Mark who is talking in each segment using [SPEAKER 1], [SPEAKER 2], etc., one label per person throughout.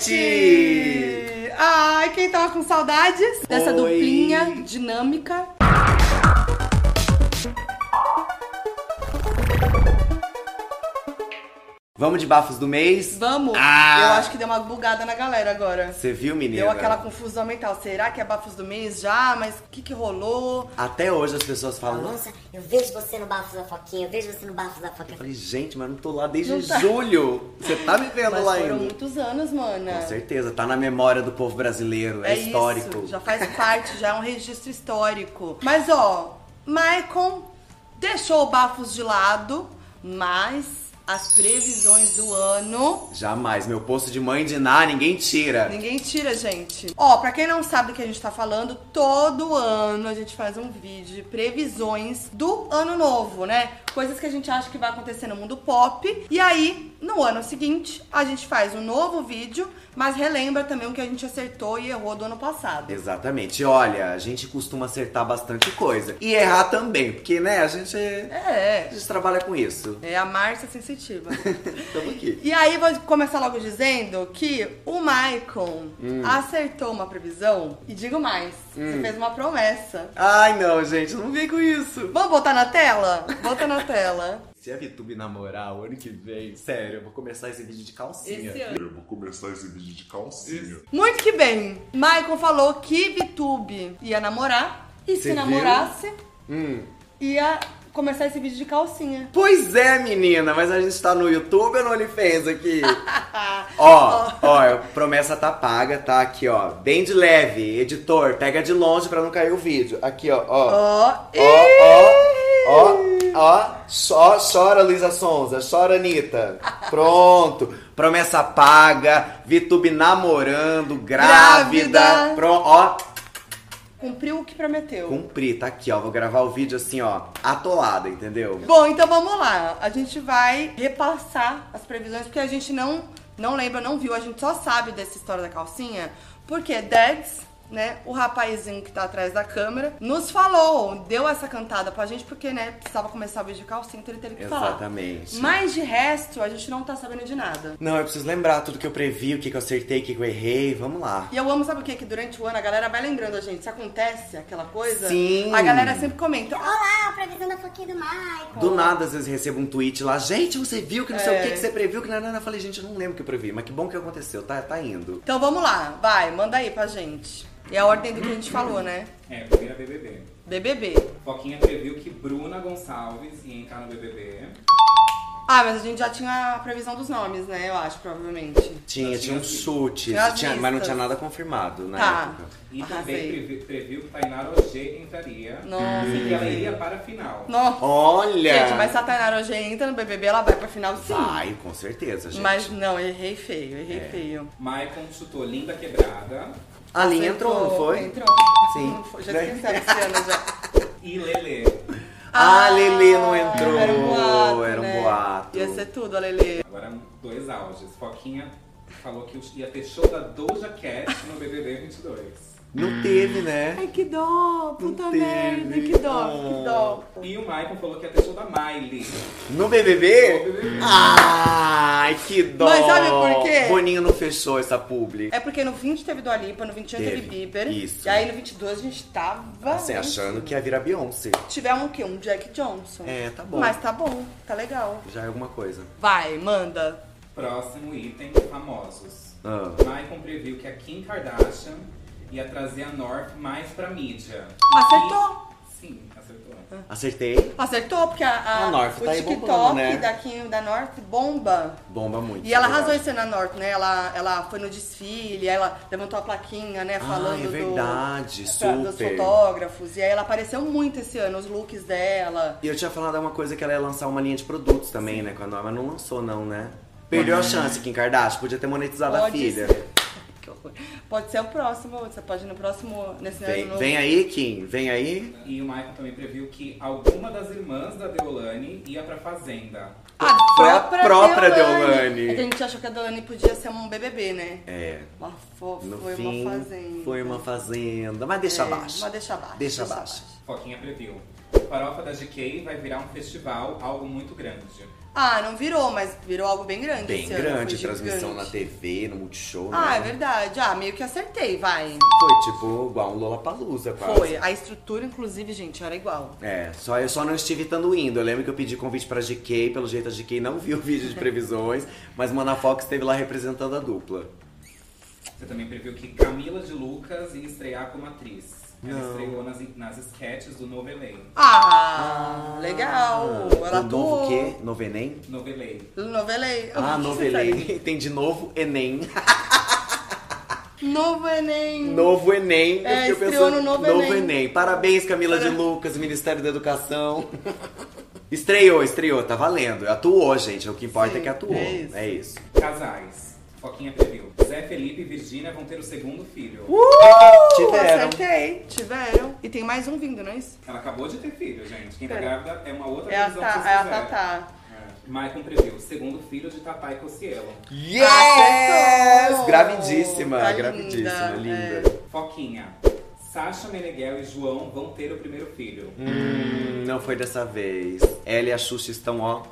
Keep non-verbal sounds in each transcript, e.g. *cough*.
[SPEAKER 1] Juliette!
[SPEAKER 2] Ai, quem tava com saudades dessa
[SPEAKER 1] Oi.
[SPEAKER 2] duplinha dinâmica?
[SPEAKER 1] Vamos de bafos do mês?
[SPEAKER 2] Vamos!
[SPEAKER 1] Ah. né?
[SPEAKER 2] Eu acho que deu uma bugada na galera agora.
[SPEAKER 1] Você viu, menina?
[SPEAKER 2] Deu aquela confusão mental. Será que é bafos do mês já? Mas o que que rolou?
[SPEAKER 1] Até hoje as pessoas falam, nossa,
[SPEAKER 3] Nossa, eu vejo você no bafo da foquinha, eu vejo você no bafo da
[SPEAKER 1] eu
[SPEAKER 3] foquinha.
[SPEAKER 1] falei, gente, mas eu não tô lá desde julho. Você tá me vendo
[SPEAKER 2] tá." Mas
[SPEAKER 1] lá
[SPEAKER 2] foram um-
[SPEAKER 1] ainda?
[SPEAKER 2] muitos anos, mana.
[SPEAKER 1] Com certeza, tá na memória do povo brasileiro, é,
[SPEAKER 2] É
[SPEAKER 1] histórico.
[SPEAKER 2] Isso, já faz parte, já é um registro histórico. Mas ó, Maicon deixou o Bafos de lado, mas as previsões do ano
[SPEAKER 1] Jamais, meu posto de mãe de Ná, ninguém tira.
[SPEAKER 2] ninguém tira, gente. Ó, pra quem não sabe do que a gente tá falando, todo ano a gente faz um vídeo de previsões do ano novo, né? Coisas que a gente acha que vai acontecer no mundo pop. E aí, no ano seguinte, a gente faz um novo vídeo, mas relembra também o que a gente acertou e errou do ano passado.
[SPEAKER 1] Exatamente. Olha, a gente costuma acertar bastante coisa. E errar também, porque, né, a gente,
[SPEAKER 2] É,
[SPEAKER 1] a gente trabalha com isso. *laughs*
[SPEAKER 2] É a Márcia Sensitiva.
[SPEAKER 1] Tamo aqui.
[SPEAKER 2] e aí, vou começar logo dizendo que o Maicon acertou uma previsão. E digo mais, você fez uma promessa.
[SPEAKER 1] Ai, não, gente, não vem com isso.
[SPEAKER 2] Vamos botar na tela? Bota na tela.
[SPEAKER 1] Se a VTube namorar o ano que vem, sério, eu vou começar esse vídeo de calcinha.
[SPEAKER 2] Esse é ano.
[SPEAKER 4] Eu vou começar esse vídeo de calcinha.
[SPEAKER 2] Muito que bem. Maicon falou que Vitube ia namorar. E
[SPEAKER 1] Você
[SPEAKER 2] se
[SPEAKER 1] viu?
[SPEAKER 2] namorasse,
[SPEAKER 1] Hum.
[SPEAKER 2] ia começar esse vídeo de calcinha.
[SPEAKER 1] Pois é, menina, mas a gente tá no YouTube ou no OnlyFans
[SPEAKER 2] *laughs*
[SPEAKER 1] aqui? ó, ó, a promessa tá paga, tá aqui, ó. Bem de leve, editor, pega de longe pra não cair o vídeo. Aqui, ó, ó.
[SPEAKER 2] Ó,
[SPEAKER 1] Ó, ó, ó, ó. Só chora, Luísa Sonza, chora, Anitta. Pronto. Promessa paga, Vitube namorando, grávida.
[SPEAKER 2] Grávida.
[SPEAKER 1] Pro, ó,
[SPEAKER 2] cumpriu o que prometeu.
[SPEAKER 1] cumpri, tá aqui, ó. Vou gravar o vídeo assim, ó, atolada, entendeu?
[SPEAKER 2] Bom, então vamos lá. A gente vai repassar as previsões, porque a gente não, não lembra, não viu, a gente só sabe dessa história da calcinha, porque Dads, né, o rapazinho que tá atrás da câmera, nos falou, deu essa cantada pra gente, porque, né, precisava começar o vídeo de calcinha, então ele teve que falar.
[SPEAKER 1] Exatamente.
[SPEAKER 2] Mas de resto, a gente não tá sabendo de nada.
[SPEAKER 1] Não, eu preciso lembrar tudo que eu previ, o que, que eu acertei, o que, que eu errei. Vamos lá.
[SPEAKER 2] E eu amo, sabe o que? Que durante o ano a galera vai lembrando a gente. Se acontece aquela coisa,
[SPEAKER 1] Sim.
[SPEAKER 2] a galera sempre comenta. "Ah,
[SPEAKER 3] Olá, a previsão da foquinha do Michael.
[SPEAKER 1] Do nada, às vezes recebo um tweet lá, gente, você viu que não sei
[SPEAKER 2] É.
[SPEAKER 1] o que, que você previu, que não, não, não. Eu falei, gente, eu não lembro o que eu previ, mas que bom que aconteceu, tá, tá indo.
[SPEAKER 2] Então vamos lá, vai, manda aí pra gente. É a ordem do que a gente falou, né?
[SPEAKER 5] É, primeira BBB.
[SPEAKER 2] BBB.
[SPEAKER 5] Foquinha previu que Bruna Gonçalves ia entrar no BBB.
[SPEAKER 2] Ah, mas a gente já tinha a previsão dos nomes, né? Eu acho, provavelmente.
[SPEAKER 1] Tinha,
[SPEAKER 5] Tinha
[SPEAKER 1] tinha um
[SPEAKER 5] sido.
[SPEAKER 1] chute,
[SPEAKER 2] Tá, Tinha as
[SPEAKER 1] tinha- mas não
[SPEAKER 2] listas.
[SPEAKER 1] tinha nada confirmado na
[SPEAKER 2] Tá.
[SPEAKER 1] época.
[SPEAKER 5] E
[SPEAKER 2] Arrasei.
[SPEAKER 5] também previu, previu que Tainara Roger entraria.
[SPEAKER 2] Nossa,
[SPEAKER 5] E que ela
[SPEAKER 2] que
[SPEAKER 5] iria para a final.
[SPEAKER 2] Nossa.
[SPEAKER 1] Olha!
[SPEAKER 2] Gente, mas tá se a Tainara hoje entra no BBB, ela vai pra final sim.
[SPEAKER 1] Vai, com certeza, gente. É.
[SPEAKER 2] mas não, errei feio, errei feio.
[SPEAKER 5] Maicon chutou Linda Quebrada.
[SPEAKER 1] A linha entrou, não foi?
[SPEAKER 2] Entrou.
[SPEAKER 1] Sim.
[SPEAKER 2] Não foi, já esqueceu esse ano
[SPEAKER 1] *laughs*
[SPEAKER 2] já.
[SPEAKER 5] E Lelê.
[SPEAKER 1] Ah, Lele não entrou.
[SPEAKER 2] Era um boato,
[SPEAKER 1] Era um
[SPEAKER 2] né?
[SPEAKER 1] boato.
[SPEAKER 2] Ia ser tudo, a Lele.
[SPEAKER 5] Agora dois auges. Foquinha falou que ia ter show da Doja Cat no BBB 22.
[SPEAKER 1] Não teve, né?
[SPEAKER 2] Ai, que dó, puta
[SPEAKER 1] Não teve.
[SPEAKER 2] merda, que dó, que dó.
[SPEAKER 5] E o Maicon falou que ia ter show da Miley.
[SPEAKER 1] No BBB?
[SPEAKER 5] No BBB.
[SPEAKER 1] Ai, que dó!
[SPEAKER 2] Mas sabe por quê?
[SPEAKER 1] Boninho não fechou essa publi.
[SPEAKER 2] É porque no 20 teve Dua Lipa, no 21 teve,
[SPEAKER 1] Teve,
[SPEAKER 2] Bieber.
[SPEAKER 1] isso.
[SPEAKER 2] E aí no 22 a gente tava...
[SPEAKER 1] Assim,
[SPEAKER 2] lá em
[SPEAKER 1] achando
[SPEAKER 2] cima.
[SPEAKER 1] que ia virar Beyoncé.
[SPEAKER 2] Tivemos o quê? Um Jack Johnson.
[SPEAKER 1] É, tá bom.
[SPEAKER 2] Mas tá bom, tá legal.
[SPEAKER 1] Já é alguma coisa.
[SPEAKER 2] Vai, manda.
[SPEAKER 5] Próximo item, famosos.
[SPEAKER 1] Ah.
[SPEAKER 5] Michael previu que a Kim Kardashian ia trazer a North mais pra mídia.
[SPEAKER 2] Acertou.
[SPEAKER 5] E- Sim, acertou.
[SPEAKER 1] Acertei,
[SPEAKER 2] Acertou, porque a, a-
[SPEAKER 1] A North
[SPEAKER 2] o
[SPEAKER 1] tá aí
[SPEAKER 2] TikTok
[SPEAKER 1] bombando, né?
[SPEAKER 2] da Kim da North bomba.
[SPEAKER 1] bomba muito.
[SPEAKER 2] E ela
[SPEAKER 1] é
[SPEAKER 2] arrasou
[SPEAKER 1] verdade.
[SPEAKER 2] esse ano na North, né? Ela, ela foi no desfile, aí ela levantou a plaquinha, né? Falando
[SPEAKER 1] Ah, é
[SPEAKER 2] do-
[SPEAKER 1] verdade,
[SPEAKER 2] pra- dos
[SPEAKER 1] super.
[SPEAKER 2] fotógrafos. E aí ela apareceu muito esse ano, os looks dela.
[SPEAKER 1] E eu tinha falado uma coisa que ela ia lançar uma linha de produtos também, né? Com a Norma, não lançou, não, né? Perdeu a chance, Kim Kardashian. Podia ter monetizado a
[SPEAKER 2] Hum. Pode
[SPEAKER 1] filha.
[SPEAKER 2] ser. Que horror. Pode ser o próximo, você pode ir no próximo, nesse ano
[SPEAKER 1] Vem,
[SPEAKER 2] né, novo.
[SPEAKER 1] vem aí, Kim, vem aí.
[SPEAKER 5] E o Michael também previu que alguma das irmãs da Deolane ia pra Fazenda.
[SPEAKER 2] A
[SPEAKER 1] Foi a própria Deolane.
[SPEAKER 2] É que a gente achou que a Deolane podia ser um BBB, né?
[SPEAKER 1] É,
[SPEAKER 2] Mas fo-
[SPEAKER 1] no
[SPEAKER 2] foi
[SPEAKER 1] fim,
[SPEAKER 2] uma fazenda.
[SPEAKER 1] foi uma fazenda. Mas deixa
[SPEAKER 2] É,
[SPEAKER 1] abaixo.
[SPEAKER 2] Mas deixa abaixo.
[SPEAKER 1] Deixa abaixo.
[SPEAKER 5] Foquinha previu. Farofa da GK vai virar um festival, algo muito grande.
[SPEAKER 2] Ah, não virou, mas virou algo bem grande.
[SPEAKER 1] Bem
[SPEAKER 2] esse ano,
[SPEAKER 1] grande,
[SPEAKER 2] foi
[SPEAKER 1] transmissão
[SPEAKER 2] gigante.
[SPEAKER 1] na TV, no Multishow,
[SPEAKER 2] Ah, é
[SPEAKER 1] né?
[SPEAKER 2] verdade. Ah, meio que acertei, vai.
[SPEAKER 1] Foi tipo igual um Lollapalooza quase.
[SPEAKER 2] Foi. A estrutura, inclusive, gente, era igual.
[SPEAKER 1] É, só, eu só não estive tanto indo. Eu lembro que eu pedi convite pra GK, pelo jeito a GK não viu *laughs* o vídeo de previsões, mas Mana Fox esteve lá representando a dupla.
[SPEAKER 5] Você também previu que Camila de Lucas ia estrear como atriz. Ela
[SPEAKER 1] Não.
[SPEAKER 5] estreou nas, nas sketches do Novelei.
[SPEAKER 2] Ah, legal. Ela
[SPEAKER 1] Ah, o novo
[SPEAKER 2] atuou.
[SPEAKER 1] quê? Novo Enem?
[SPEAKER 5] Novelei.
[SPEAKER 2] Novelei.
[SPEAKER 1] Ah,
[SPEAKER 2] O que
[SPEAKER 1] *laughs*
[SPEAKER 2] *laughs* você
[SPEAKER 1] novelei. Tem de novo Enem. *laughs*
[SPEAKER 2] sabe? é. Novo Enem.
[SPEAKER 1] Novo Enem. Eu
[SPEAKER 2] É,
[SPEAKER 1] fiquei
[SPEAKER 2] estreou
[SPEAKER 1] pensando,
[SPEAKER 2] no novo Enem.
[SPEAKER 1] Parabéns, Camila de Lucas, Ministério da Educação. *laughs* estreou, estreou, tá valendo. Atuou, gente. O que importa
[SPEAKER 2] Sim,
[SPEAKER 1] é que atuou.
[SPEAKER 2] é isso.
[SPEAKER 1] É isso.
[SPEAKER 5] Casais. Foquinha previu. Zé Felipe e Virgínia vão ter o segundo filho.
[SPEAKER 1] Tiveram.
[SPEAKER 2] Uh! Acertei. Tiveram. E tem mais um vindo, não é isso?
[SPEAKER 5] Ela acabou de ter filho, gente. Quem tá grávida é uma outra
[SPEAKER 2] É a,
[SPEAKER 5] previsão que
[SPEAKER 2] ta,
[SPEAKER 5] vocês
[SPEAKER 2] é a
[SPEAKER 5] fizeram.
[SPEAKER 2] Tatá.
[SPEAKER 5] É. Maicon previu. Segundo filho de Tatá e Cossielo.
[SPEAKER 1] Yes!
[SPEAKER 2] Acertou!
[SPEAKER 1] Gravidíssima,
[SPEAKER 2] Tá né?
[SPEAKER 1] gravidíssima,
[SPEAKER 2] linda,
[SPEAKER 1] linda.
[SPEAKER 5] Foquinha. Sasha Meneghel e João vão ter o primeiro filho.
[SPEAKER 1] Hum, não foi dessa vez. Ela e a Xuxa estão, ó,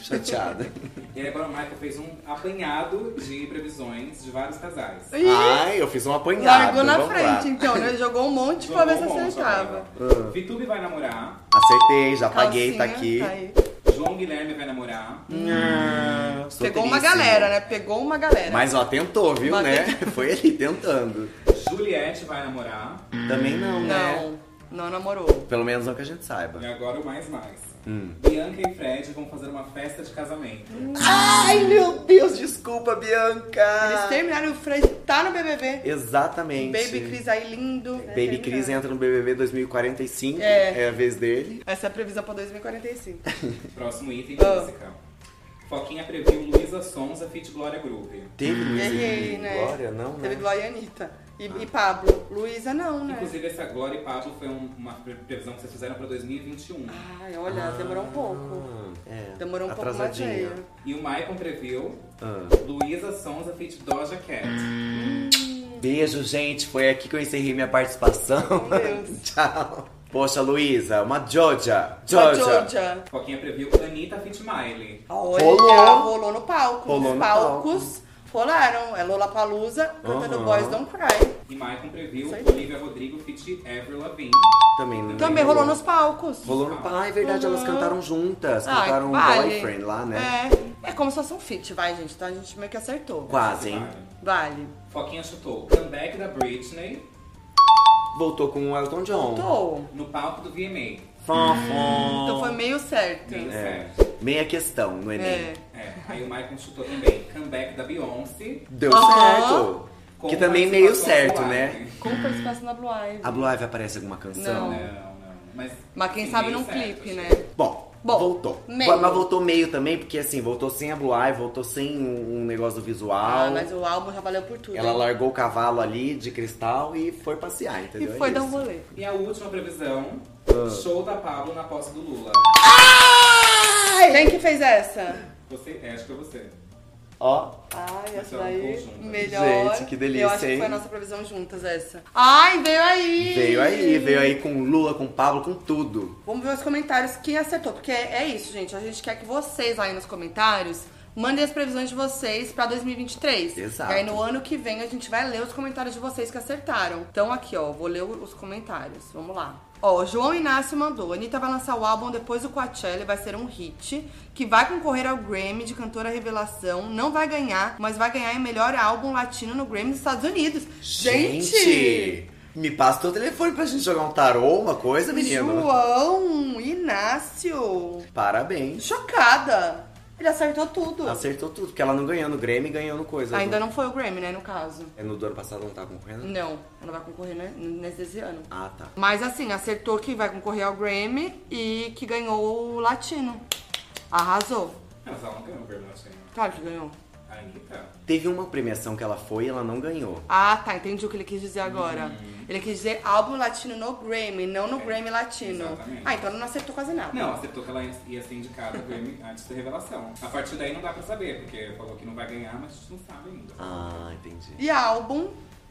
[SPEAKER 1] chateada.
[SPEAKER 5] E aí agora o Maicon fez um apanhado de previsões de vários casais.
[SPEAKER 2] Ih,
[SPEAKER 1] Ai, eu fiz um apanhado.
[SPEAKER 2] Largou na
[SPEAKER 1] vamos lá. Hum,
[SPEAKER 2] frente, então, né? Jogou um monte pra ver se acertava.
[SPEAKER 5] Uh. Vitube vai namorar.
[SPEAKER 1] Acertei, já paguei, tá
[SPEAKER 2] Calcinha,
[SPEAKER 1] aqui.
[SPEAKER 2] aí.
[SPEAKER 5] João Guilherme vai namorar.
[SPEAKER 1] Ah,
[SPEAKER 2] Pegou
[SPEAKER 1] solteiríssimo.
[SPEAKER 2] uma galera, né? Pegou uma galera.
[SPEAKER 1] Mas ó, tentou, viu,
[SPEAKER 2] Mas
[SPEAKER 1] né? *laughs* Foi ele tentando.
[SPEAKER 5] Juliette vai namorar.
[SPEAKER 1] Também não, né?
[SPEAKER 2] Não, não namorou.
[SPEAKER 1] Pelo menos não que a gente
[SPEAKER 5] E
[SPEAKER 1] saiba.
[SPEAKER 5] agora o mais mais. Bianca e Fred vão fazer uma festa de casamento.
[SPEAKER 2] Hum.
[SPEAKER 1] Ai, meu Deus, desculpa, Bianca!
[SPEAKER 2] Eles terminaram, o Fred tá no BBB.
[SPEAKER 1] Exatamente.
[SPEAKER 2] Baby Cris aí lindo.
[SPEAKER 1] É. Baby Cris entra no BBB 2045,
[SPEAKER 2] É.
[SPEAKER 1] é a vez dele.
[SPEAKER 2] Essa é a previsão pra 2045.
[SPEAKER 1] Tá
[SPEAKER 5] Próximo item,
[SPEAKER 2] Ah.
[SPEAKER 5] música. Foquinha previu Luísa Sonza feat Glória Groove.
[SPEAKER 2] É.
[SPEAKER 1] Teve Luiz
[SPEAKER 2] Errei,
[SPEAKER 1] e
[SPEAKER 2] né?
[SPEAKER 1] Glória? Não,
[SPEAKER 2] Teve
[SPEAKER 1] né?
[SPEAKER 2] Glória e Anitta. E,
[SPEAKER 1] Ah.
[SPEAKER 2] e Pablo. Luísa não, né?
[SPEAKER 5] Inclusive, essa Glória e Pablo foi um- uma pre- previsão que vocês fizeram pra 2021.
[SPEAKER 2] Ai, olha, demorou um pouco.
[SPEAKER 1] É,
[SPEAKER 2] Demorou um pouco mais
[SPEAKER 1] Ah. atrasadinha.
[SPEAKER 2] veio.
[SPEAKER 5] E o Maicon previu
[SPEAKER 1] Ah.
[SPEAKER 5] Luísa Sonza feat Doja Cat.
[SPEAKER 1] Beijo, gente. Foi aqui que eu encerrei minha participação.
[SPEAKER 2] Meu Deus.
[SPEAKER 1] *laughs* Tchau. Poxa, Luísa, uma Georgia.
[SPEAKER 2] Uma
[SPEAKER 1] Georgia.
[SPEAKER 2] Georgia.
[SPEAKER 5] Foquinha previu Anitta feat Miley.
[SPEAKER 2] Olha,
[SPEAKER 1] Rolou.
[SPEAKER 2] rolou, no palco.
[SPEAKER 1] Rolou
[SPEAKER 2] Os
[SPEAKER 1] no
[SPEAKER 2] palcos rolaram. É Lola Palusa cantando
[SPEAKER 1] Aham.
[SPEAKER 2] Boys Don't Cry.
[SPEAKER 5] E Maicon previu
[SPEAKER 2] Isso aí.
[SPEAKER 5] Olivia Rodrigo feat Avril Lavigne.
[SPEAKER 1] Também, não
[SPEAKER 2] Também
[SPEAKER 1] lembro.
[SPEAKER 2] rolou nos palcos.
[SPEAKER 1] Rolou no Ah, é verdade, elas
[SPEAKER 2] Uhum.
[SPEAKER 1] cantaram juntas.
[SPEAKER 2] Ah,
[SPEAKER 1] cantaram
[SPEAKER 2] vale.
[SPEAKER 1] um Boyfriend lá, né?
[SPEAKER 2] É. É como se fosse um feat, vai, gente. Então a gente meio que acertou.
[SPEAKER 1] Quase, hein?
[SPEAKER 5] Vale.
[SPEAKER 2] Vale.
[SPEAKER 5] Foquinha chutou Comeback da Britney
[SPEAKER 1] Voltou com o Elton John.
[SPEAKER 2] Tô.
[SPEAKER 5] no palco do VMA.
[SPEAKER 2] Então foi
[SPEAKER 1] Fofo.
[SPEAKER 2] meio certo.
[SPEAKER 5] Meio
[SPEAKER 2] É.
[SPEAKER 5] certo.
[SPEAKER 1] Meia questão no Enem.
[SPEAKER 5] É, aí o Maicon chutou também Comeback da Beyoncé.
[SPEAKER 1] Deu
[SPEAKER 2] Aham.
[SPEAKER 1] certo.
[SPEAKER 5] Com
[SPEAKER 1] que também meio
[SPEAKER 5] participação
[SPEAKER 1] certo,
[SPEAKER 5] do
[SPEAKER 1] né?
[SPEAKER 5] Alckmin.
[SPEAKER 2] Como participação da Blue Ivy.
[SPEAKER 1] A Blue Ivy aparece alguma canção? né?
[SPEAKER 2] Não.
[SPEAKER 5] Não, não. Mas,
[SPEAKER 2] Mas quem
[SPEAKER 5] assim,
[SPEAKER 2] sabe
[SPEAKER 5] meio
[SPEAKER 2] num
[SPEAKER 5] certo,
[SPEAKER 2] clipe,
[SPEAKER 5] assim.
[SPEAKER 2] né?
[SPEAKER 1] Bom,
[SPEAKER 2] Bom,
[SPEAKER 1] voltou.
[SPEAKER 2] meio.
[SPEAKER 1] Mas voltou meio também, porque assim, voltou sem a Blue Ivy, voltou sem um um negócio do visual.
[SPEAKER 2] Ah, mas o álbum já valeu por tudo.
[SPEAKER 1] Ela
[SPEAKER 2] hein?
[SPEAKER 1] largou o cavalo ali de cristal e foi passear,
[SPEAKER 2] E
[SPEAKER 1] entendeu?
[SPEAKER 2] foi
[SPEAKER 1] É
[SPEAKER 2] dar um
[SPEAKER 1] isso.
[SPEAKER 2] rolê.
[SPEAKER 5] E a última previsão,
[SPEAKER 1] Ah.
[SPEAKER 5] show da Pablo na posse do Lula.
[SPEAKER 2] Quem que fez essa?
[SPEAKER 5] Você, é, acho que é você.
[SPEAKER 1] Ó,
[SPEAKER 2] Ai, essa
[SPEAKER 5] Então,
[SPEAKER 2] daí,
[SPEAKER 5] conjunto.
[SPEAKER 2] melhor.
[SPEAKER 1] Gente, que delícia,
[SPEAKER 2] Eu acho
[SPEAKER 1] hein?
[SPEAKER 2] que foi a nossa previsão juntas essa. Ai, veio aí!
[SPEAKER 1] veio aí, veio aí com Lula, com Pablo, com tudo.
[SPEAKER 2] Vamos ver os comentários quem acertou, porque é isso, gente. A gente quer que vocês aí nos comentários mandem as previsões de vocês pra 2023.
[SPEAKER 1] Exato.
[SPEAKER 2] E aí no ano que vem a gente vai ler os comentários de vocês que acertaram. Então aqui, ó, vou ler os comentários. Vamos lá. Ó, o João Inácio mandou. Anitta vai lançar o álbum depois do Coachella e vai ser um hit que vai concorrer ao Grammy de cantora revelação. Não vai ganhar, mas vai ganhar em melhor álbum latino no Grammy dos Estados Unidos.
[SPEAKER 1] Gente! Me passa teu telefone pra gente jogar um tarô, uma coisa, menino.
[SPEAKER 2] João Inácio!
[SPEAKER 1] Parabéns.
[SPEAKER 2] Chocada! Ele acertou tudo.
[SPEAKER 1] Acertou tudo, porque ela não ganhou no Grêmio e ganhou no coisa.
[SPEAKER 2] Ainda não foi o Grammy, né, no caso.
[SPEAKER 1] É no do ano passado não tá concorrendo?
[SPEAKER 2] Não, ela vai concorrer né, nesse esse ano.
[SPEAKER 1] Ah, tá.
[SPEAKER 2] Mas assim, acertou que vai concorrer ao Grammy e que ganhou o Latino. Arrasou.
[SPEAKER 5] Mas ela tá não ganhou o Verlatin.
[SPEAKER 2] Claro que ganhou.
[SPEAKER 5] A Anitta?
[SPEAKER 1] Teve uma premiação que ela foi e ela não ganhou.
[SPEAKER 2] Ah, tá, entendi o que ele quis dizer agora.
[SPEAKER 5] Uhum.
[SPEAKER 2] Ele quis dizer álbum latino no Grammy, não no Grammy latino.
[SPEAKER 5] É. exatamente.
[SPEAKER 2] Ah, então não acertou quase nada.
[SPEAKER 5] Não, acertou que ela ia ser indicada ao Grammy *laughs* antes da revelação. A partir daí não dá pra saber, porque falou que não vai ganhar, mas a gente não sabe ainda.
[SPEAKER 1] Ah, entendi.
[SPEAKER 2] E álbum?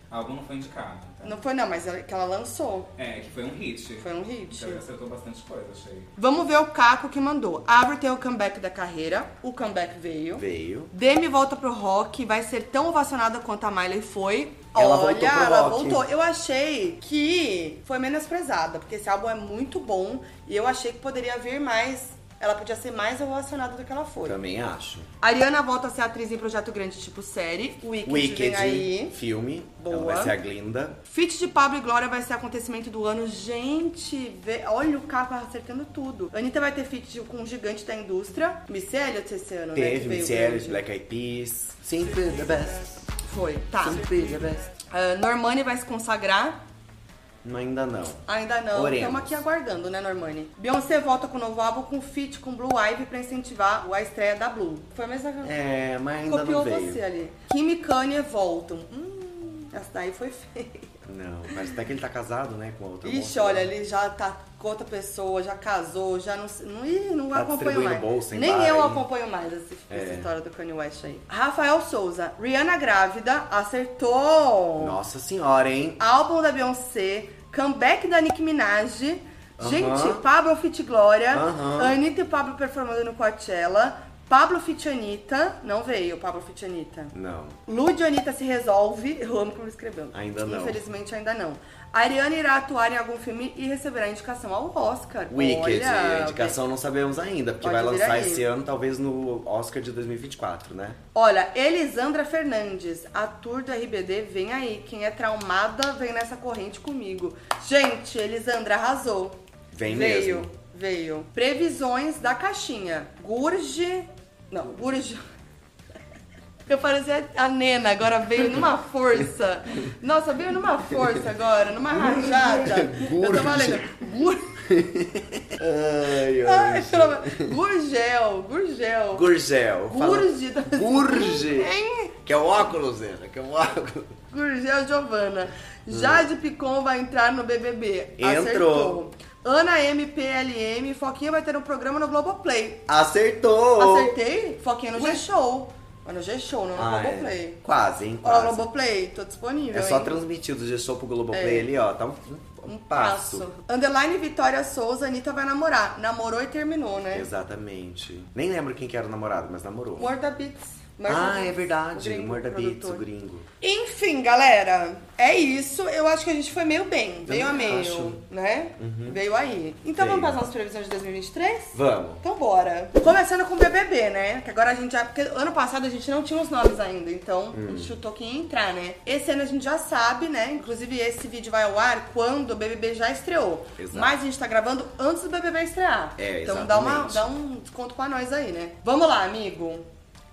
[SPEAKER 5] álbum não foi indicado. Então.
[SPEAKER 2] Não foi não, mas ela- que ela lançou.
[SPEAKER 5] É, que foi um hit.
[SPEAKER 2] Foi um hit.
[SPEAKER 5] Então ele acertou bastante coisa, achei.
[SPEAKER 2] Vamos ver o Caco que mandou. Avril tem o comeback da carreira. O comeback veio.
[SPEAKER 1] Veio.
[SPEAKER 2] Demi volta pro rock, vai ser tão ovacionada quanto a Miley foi.
[SPEAKER 1] Ela
[SPEAKER 2] Olha,
[SPEAKER 1] voltou pro
[SPEAKER 2] ela
[SPEAKER 1] rock.
[SPEAKER 2] voltou. Eu achei que foi menosprezada, porque esse álbum é muito bom e eu achei que poderia vir mais. Ela podia ser mais ovacionada do que ela foi.
[SPEAKER 1] Também acho.
[SPEAKER 2] Ariana volta a ser atriz em projeto grande tipo série. Wicked, vem
[SPEAKER 1] Wicked,
[SPEAKER 2] aí.
[SPEAKER 1] filme. Ela
[SPEAKER 2] Boa.
[SPEAKER 1] vai ser a Glinda.
[SPEAKER 2] Feat de Pablo e Glória vai ser acontecimento do ano. Gente, vê- olha o Caco acertando tudo. Anitta vai ter feat de- com um gigante da indústria. Missy Elliott esse ano, né? que
[SPEAKER 1] Teve
[SPEAKER 2] veio
[SPEAKER 1] Missy Elliott,
[SPEAKER 2] grande.
[SPEAKER 1] Black Eyed Peas. Sempre the best.
[SPEAKER 2] Foi, tá.
[SPEAKER 1] Sempre the best.
[SPEAKER 2] Ah, Normani vai se consagrar?
[SPEAKER 1] Não, ainda não.
[SPEAKER 2] Ainda não.
[SPEAKER 1] Oremos.
[SPEAKER 2] Estamos aqui aguardando, né, Normani? Beyoncé volta com o novo álbum com feat com Blue Ivy pra incentivar a estreia da Blue. Foi a mesma
[SPEAKER 1] É, mas ainda
[SPEAKER 2] Copiou
[SPEAKER 1] não veio.
[SPEAKER 2] você ali. Kim e Kanye voltam. Hum, essa daí foi feia.
[SPEAKER 1] Não, mas até que ele tá casado, né, com a outra
[SPEAKER 2] Ixi,
[SPEAKER 1] moça.
[SPEAKER 2] olha, ele já tá com outra pessoa, já casou, já não. se- não ih, não
[SPEAKER 1] Tá
[SPEAKER 2] acompanho
[SPEAKER 1] distribuindo
[SPEAKER 2] mais.
[SPEAKER 1] bolsa em É.
[SPEAKER 2] Nem
[SPEAKER 1] bar
[SPEAKER 2] eu
[SPEAKER 1] aí.
[SPEAKER 2] acompanho mais essa, essa história do Kanye West aí. Rafael Souza, Rihanna grávida, acertou!
[SPEAKER 1] Nossa senhora, hein?
[SPEAKER 2] álbum da Beyoncé, comeback da Nicki Minaj,
[SPEAKER 1] Aham.
[SPEAKER 2] gente, Pablo Fit Glória,
[SPEAKER 1] Aham.
[SPEAKER 2] Anitta e Pablo performando no Coachella, Pablo Fit Anitta, não veio Pablo Fit Anitta.
[SPEAKER 1] Não.
[SPEAKER 2] Lud e Anitta se resolve, *laughs* eu amo como escreveu.
[SPEAKER 1] Ainda não.
[SPEAKER 2] Infelizmente ainda não. A Ariana irá atuar em algum filme e receberá indicação ao Oscar.
[SPEAKER 1] Wicked,
[SPEAKER 2] Olha,
[SPEAKER 1] a indicação não sabemos ainda, porque
[SPEAKER 2] Pode
[SPEAKER 1] vai
[SPEAKER 2] vir
[SPEAKER 1] lançar
[SPEAKER 2] aí.
[SPEAKER 1] esse ano, talvez no Oscar de 2024, né?
[SPEAKER 2] Olha, Elisandra Fernandes, a tour do RBD vem aí. Quem é traumada vem nessa corrente comigo. Gente, Elisandra arrasou.
[SPEAKER 1] Vem
[SPEAKER 2] veio,
[SPEAKER 1] mesmo.
[SPEAKER 2] Veio. Previsões da caixinha. Gurge. Não, Gurge. Eu parecia a Nena, agora veio numa força. Nossa, veio numa força agora, numa rajada. Eu tava
[SPEAKER 1] Gurge.
[SPEAKER 2] lendo. Gur...
[SPEAKER 1] Ai,
[SPEAKER 2] Ai,
[SPEAKER 1] ai.
[SPEAKER 2] pelo amor- *laughs* Gurgel, Gurgel.
[SPEAKER 1] Gurgel. fala-
[SPEAKER 2] Gurge. tá- *laughs*
[SPEAKER 1] Gurge.
[SPEAKER 2] Hein?
[SPEAKER 1] Que é o óculos, Ana, que é o óculos.
[SPEAKER 2] Gurgel Giovana. Jade Picon vai entrar no BBB. Acertou.
[SPEAKER 1] Hum. Entrou.
[SPEAKER 2] Ana MPLM. Foquinha vai ter um programa no Globoplay.
[SPEAKER 1] Acertou!
[SPEAKER 2] Acertei? Foquinha no G-Show. Mas no G-Show, não no
[SPEAKER 1] Ah, é.
[SPEAKER 2] Globoplay.
[SPEAKER 1] Quase, hein?
[SPEAKER 2] Ó,
[SPEAKER 1] Quase.
[SPEAKER 2] Globoplay, tô disponível.
[SPEAKER 1] É só
[SPEAKER 2] hein?
[SPEAKER 1] transmitir do G-Show pro Globoplay
[SPEAKER 2] É.
[SPEAKER 1] ali, ó. Tá um, um, um passo.
[SPEAKER 2] Underline Vitória Souza, Anitta vai namorar. Namorou e terminou, né?
[SPEAKER 1] Exatamente. Nem lembro quem que era o namorado, mas namorou.
[SPEAKER 2] Morda Beats.
[SPEAKER 1] ah,
[SPEAKER 2] Beats,
[SPEAKER 1] é
[SPEAKER 2] o
[SPEAKER 1] verdade.
[SPEAKER 2] gringo
[SPEAKER 1] Morda Beats, o
[SPEAKER 2] produtor.
[SPEAKER 1] gringo.
[SPEAKER 2] Enfim, galera, é isso. Eu acho que a gente foi meio bem. Veio a meio,
[SPEAKER 1] acho. Uhum.
[SPEAKER 2] né? Veio aí. Então
[SPEAKER 1] Veio.
[SPEAKER 2] vamos para as nossas previsões de 2023?
[SPEAKER 1] Vamos.
[SPEAKER 2] Então bora. Começando com o BBB, né? Que agora a gente já... Porque ano passado a gente não tinha os nomes ainda, então a
[SPEAKER 1] Hum.
[SPEAKER 2] gente chutou quem ia entrar, né? Esse ano a gente já sabe, né? Inclusive esse vídeo vai ao ar quando o BBB já estreou.
[SPEAKER 1] Exato.
[SPEAKER 2] Mas a gente tá gravando antes do BBB estrear.
[SPEAKER 1] É,
[SPEAKER 2] então dá, uma,
[SPEAKER 1] exatamente.
[SPEAKER 2] dá um desconto pra nós aí, né? Vamos lá, amigo.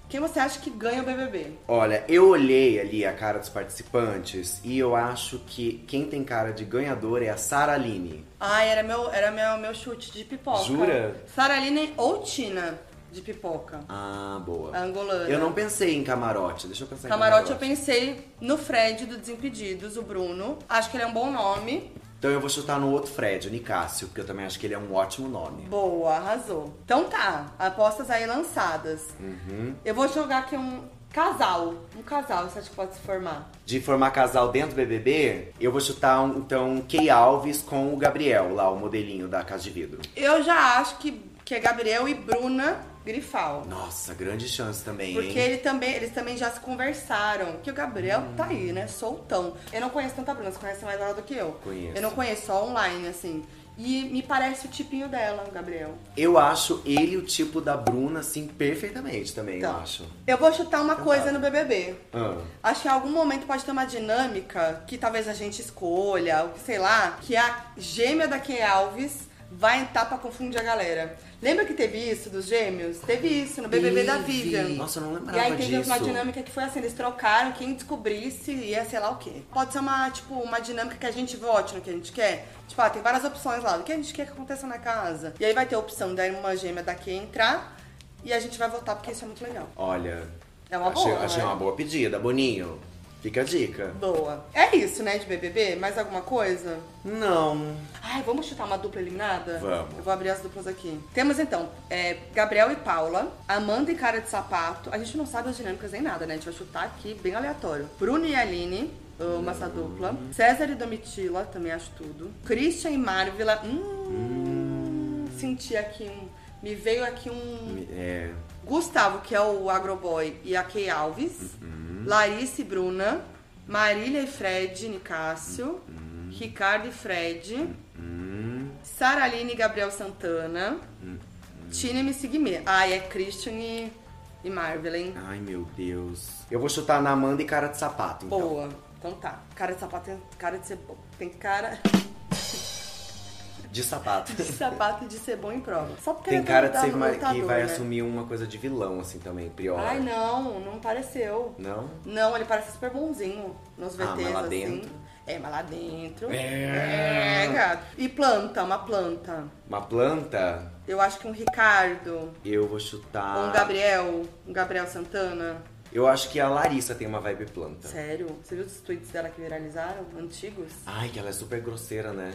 [SPEAKER 2] Quem você acha que ganha o BBB?
[SPEAKER 1] Olha, eu olhei ali a cara dos participantes e eu acho que quem tem cara de ganhador é a Sara Aline.
[SPEAKER 2] Ai, era meu, era meu, meu chute de pipoca.
[SPEAKER 1] Jura?
[SPEAKER 2] Saraline ou Tina de pipoca.
[SPEAKER 1] Ah, boa.
[SPEAKER 2] A angolana.
[SPEAKER 1] Eu não pensei em camarote, deixa eu pensar
[SPEAKER 2] Camarote,
[SPEAKER 1] em camarote.
[SPEAKER 2] eu pensei no Fred do Desimpedidos, o Bruno. Acho que ele é um bom nome.
[SPEAKER 1] Então eu vou chutar no outro Fred, o Nicásio, porque eu também acho que ele é um ótimo nome.
[SPEAKER 2] Boa, arrasou. Então tá, apostas aí lançadas. Eu vou jogar aqui um casal. Um casal, você acha que pode se formar?
[SPEAKER 1] De formar casal dentro do BBB, eu vou chutar um, então Key Alves com o Gabriel, lá o modelinho da Casa de Vidro.
[SPEAKER 2] Eu já acho que, que é Gabriel e Bruna Grifal.
[SPEAKER 1] Nossa, grande chance também,
[SPEAKER 2] Porque
[SPEAKER 1] hein?
[SPEAKER 2] ele também, eles também já se conversaram. Que o Gabriel tá aí, né? Soltão. Eu não conheço tanta Bruna, você conhece mais ela do que eu.
[SPEAKER 1] Conheço.
[SPEAKER 2] Eu não conheço, só online, assim. E me parece o tipinho dela, o Gabriel.
[SPEAKER 1] Eu acho ele o tipo da Bruna, assim, perfeitamente também,
[SPEAKER 2] Tá.
[SPEAKER 1] eu acho.
[SPEAKER 2] eu vou chutar uma
[SPEAKER 1] Então
[SPEAKER 2] coisa
[SPEAKER 1] tá.
[SPEAKER 2] no BBB.
[SPEAKER 1] Ah.
[SPEAKER 2] Acho que em algum momento pode ter uma dinâmica que talvez a gente escolha, ou que sei lá, que a gêmea da Kay Alves vai entrar pra confundir a galera. Lembra que teve isso dos gêmeos? Teve isso no BBB da
[SPEAKER 1] Teve.
[SPEAKER 2] Vivian.
[SPEAKER 1] Nossa, eu não lembrava
[SPEAKER 2] E aí teve uma
[SPEAKER 1] disso.
[SPEAKER 2] dinâmica que foi assim, eles trocaram, quem descobrisse ia sei lá o quê. Pode ser uma, tipo, uma dinâmica que a gente vote no que a gente quer. Tipo, ah, tem várias opções lá, do que a gente quer que aconteça na casa. E aí vai ter a opção da irmã gêmea da Kay entrar, e a gente vai votar porque isso é muito legal.
[SPEAKER 1] Olha.
[SPEAKER 2] É uma
[SPEAKER 1] achei,
[SPEAKER 2] boa,
[SPEAKER 1] Achei
[SPEAKER 2] né?
[SPEAKER 1] uma boa pedida, Boninho. Fica a dica.
[SPEAKER 2] Boa. É isso, né, de BBB? Mais alguma coisa?
[SPEAKER 1] Não.
[SPEAKER 2] Ai, vamos chutar uma dupla eliminada?
[SPEAKER 1] Vamos.
[SPEAKER 2] Eu vou abrir as duplas aqui. Temos então é, Gabriel e Paula, Amanda e Cara de Sapato. A gente não sabe as dinâmicas nem nada, né? A gente vai chutar aqui bem aleatório. Bruno e Aline, amo essa dupla. César e Domitila, também acho tudo. Christian e Marvila, hum, senti aqui um... Me veio aqui um...
[SPEAKER 1] É,
[SPEAKER 2] Gustavo, que é o Agroboy, e a Kay Alves.
[SPEAKER 1] Uhum.
[SPEAKER 2] Larissa e Bruna. Marília e Fred, Nicásio.
[SPEAKER 1] Uhum.
[SPEAKER 2] Ricardo e Fred. Saraline e Gabriel Santana.
[SPEAKER 1] Uhum.
[SPEAKER 2] Tina e Missy Guimê. Ah, e é Christian e, e Marvel, hein?
[SPEAKER 1] ai meu Deus. Eu vou chutar na Amanda e cara de sapato, então.
[SPEAKER 2] Boa. Então tá. Cara de sapato tem cara de ser bom. Tem cara *laughs*
[SPEAKER 1] De sapato.
[SPEAKER 2] de sapato de ser bom em prova. Só porque
[SPEAKER 1] Tem
[SPEAKER 2] ele é
[SPEAKER 1] cara de
[SPEAKER 2] dono
[SPEAKER 1] ser
[SPEAKER 2] da-
[SPEAKER 1] ma- que
[SPEAKER 2] lutador,
[SPEAKER 1] vai
[SPEAKER 2] né?
[SPEAKER 1] assumir uma coisa de vilão, assim, também, prior.
[SPEAKER 2] Ai, não, não pareceu.
[SPEAKER 1] Não?
[SPEAKER 2] Não, ele parece super bonzinho nos VTs,
[SPEAKER 1] Ah, mas lá
[SPEAKER 2] assim.
[SPEAKER 1] dentro?
[SPEAKER 2] É, mas lá dentro.
[SPEAKER 1] É.
[SPEAKER 2] É, gato. E planta, uma planta.
[SPEAKER 1] Uma planta,
[SPEAKER 2] Eu acho que um Ricardo,
[SPEAKER 1] eu vou chutar.
[SPEAKER 2] ou um Gabriel, um Gabriel Santana.
[SPEAKER 1] Eu acho que a Larissa tem uma vibe planta.
[SPEAKER 2] Sério? Você viu os tweets dela que viralizaram? Antigos?
[SPEAKER 1] Ai, que ela é super grosseira, né?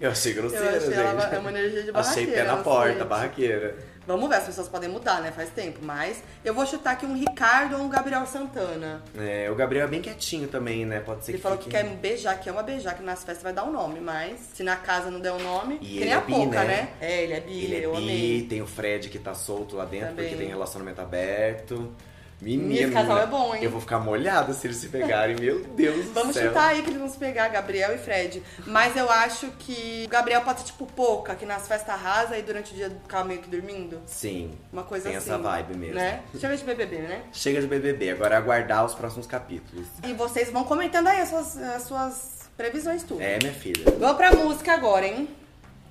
[SPEAKER 1] Eu achei grosseira,
[SPEAKER 2] Eu achei
[SPEAKER 1] gente.
[SPEAKER 2] ela ba- é uma energia de
[SPEAKER 1] Achei pé
[SPEAKER 2] barraqueira,
[SPEAKER 1] na
[SPEAKER 2] não
[SPEAKER 1] porta,
[SPEAKER 2] sei.
[SPEAKER 1] barraqueira.
[SPEAKER 2] Vamos ver, as pessoas podem mudar, né? Faz tempo, mas eu vou chutar aqui um Ricardo ou um Gabriel Santana.
[SPEAKER 1] É, o Gabriel é bem quietinho também, né? Pode ser
[SPEAKER 2] Ele
[SPEAKER 1] que
[SPEAKER 2] falou que
[SPEAKER 1] fique...
[SPEAKER 2] quer beijar, que ama beijar, que nas festas vai dar um nome, mas se na casa não der um nome,
[SPEAKER 1] E
[SPEAKER 2] que
[SPEAKER 1] ele
[SPEAKER 2] nem
[SPEAKER 1] é
[SPEAKER 2] a
[SPEAKER 1] bi,
[SPEAKER 2] pouca,
[SPEAKER 1] né?
[SPEAKER 2] né? É, ele é bi,
[SPEAKER 1] Ele é
[SPEAKER 2] eu
[SPEAKER 1] bi,
[SPEAKER 2] amei.
[SPEAKER 1] tem o Fred que tá solto lá dentro
[SPEAKER 2] Também.
[SPEAKER 1] porque tem relacionamento aberto. Menina,
[SPEAKER 2] Esse casal é bom, hein?
[SPEAKER 1] Eu vou ficar molhada se eles se pegarem, meu Deus do
[SPEAKER 2] Vamos
[SPEAKER 1] céu.
[SPEAKER 2] chutar aí que eles vão se pegar, Gabriel e Fred. Mas eu acho que o Gabriel pode ser tipo pouca, que nas festas arrasa e durante o dia fica meio que dormindo.
[SPEAKER 1] Sim.
[SPEAKER 2] Uma coisa
[SPEAKER 1] Tem
[SPEAKER 2] assim.
[SPEAKER 1] essa vibe mesmo.
[SPEAKER 2] Né? Chega de BBB, né?
[SPEAKER 1] Chega de BBB, agora é aguardar os próximos capítulos.
[SPEAKER 2] E vocês vão comentando aí as suas, as suas previsões, tudo.
[SPEAKER 1] É, minha filha.
[SPEAKER 2] Vamos pra música agora, hein?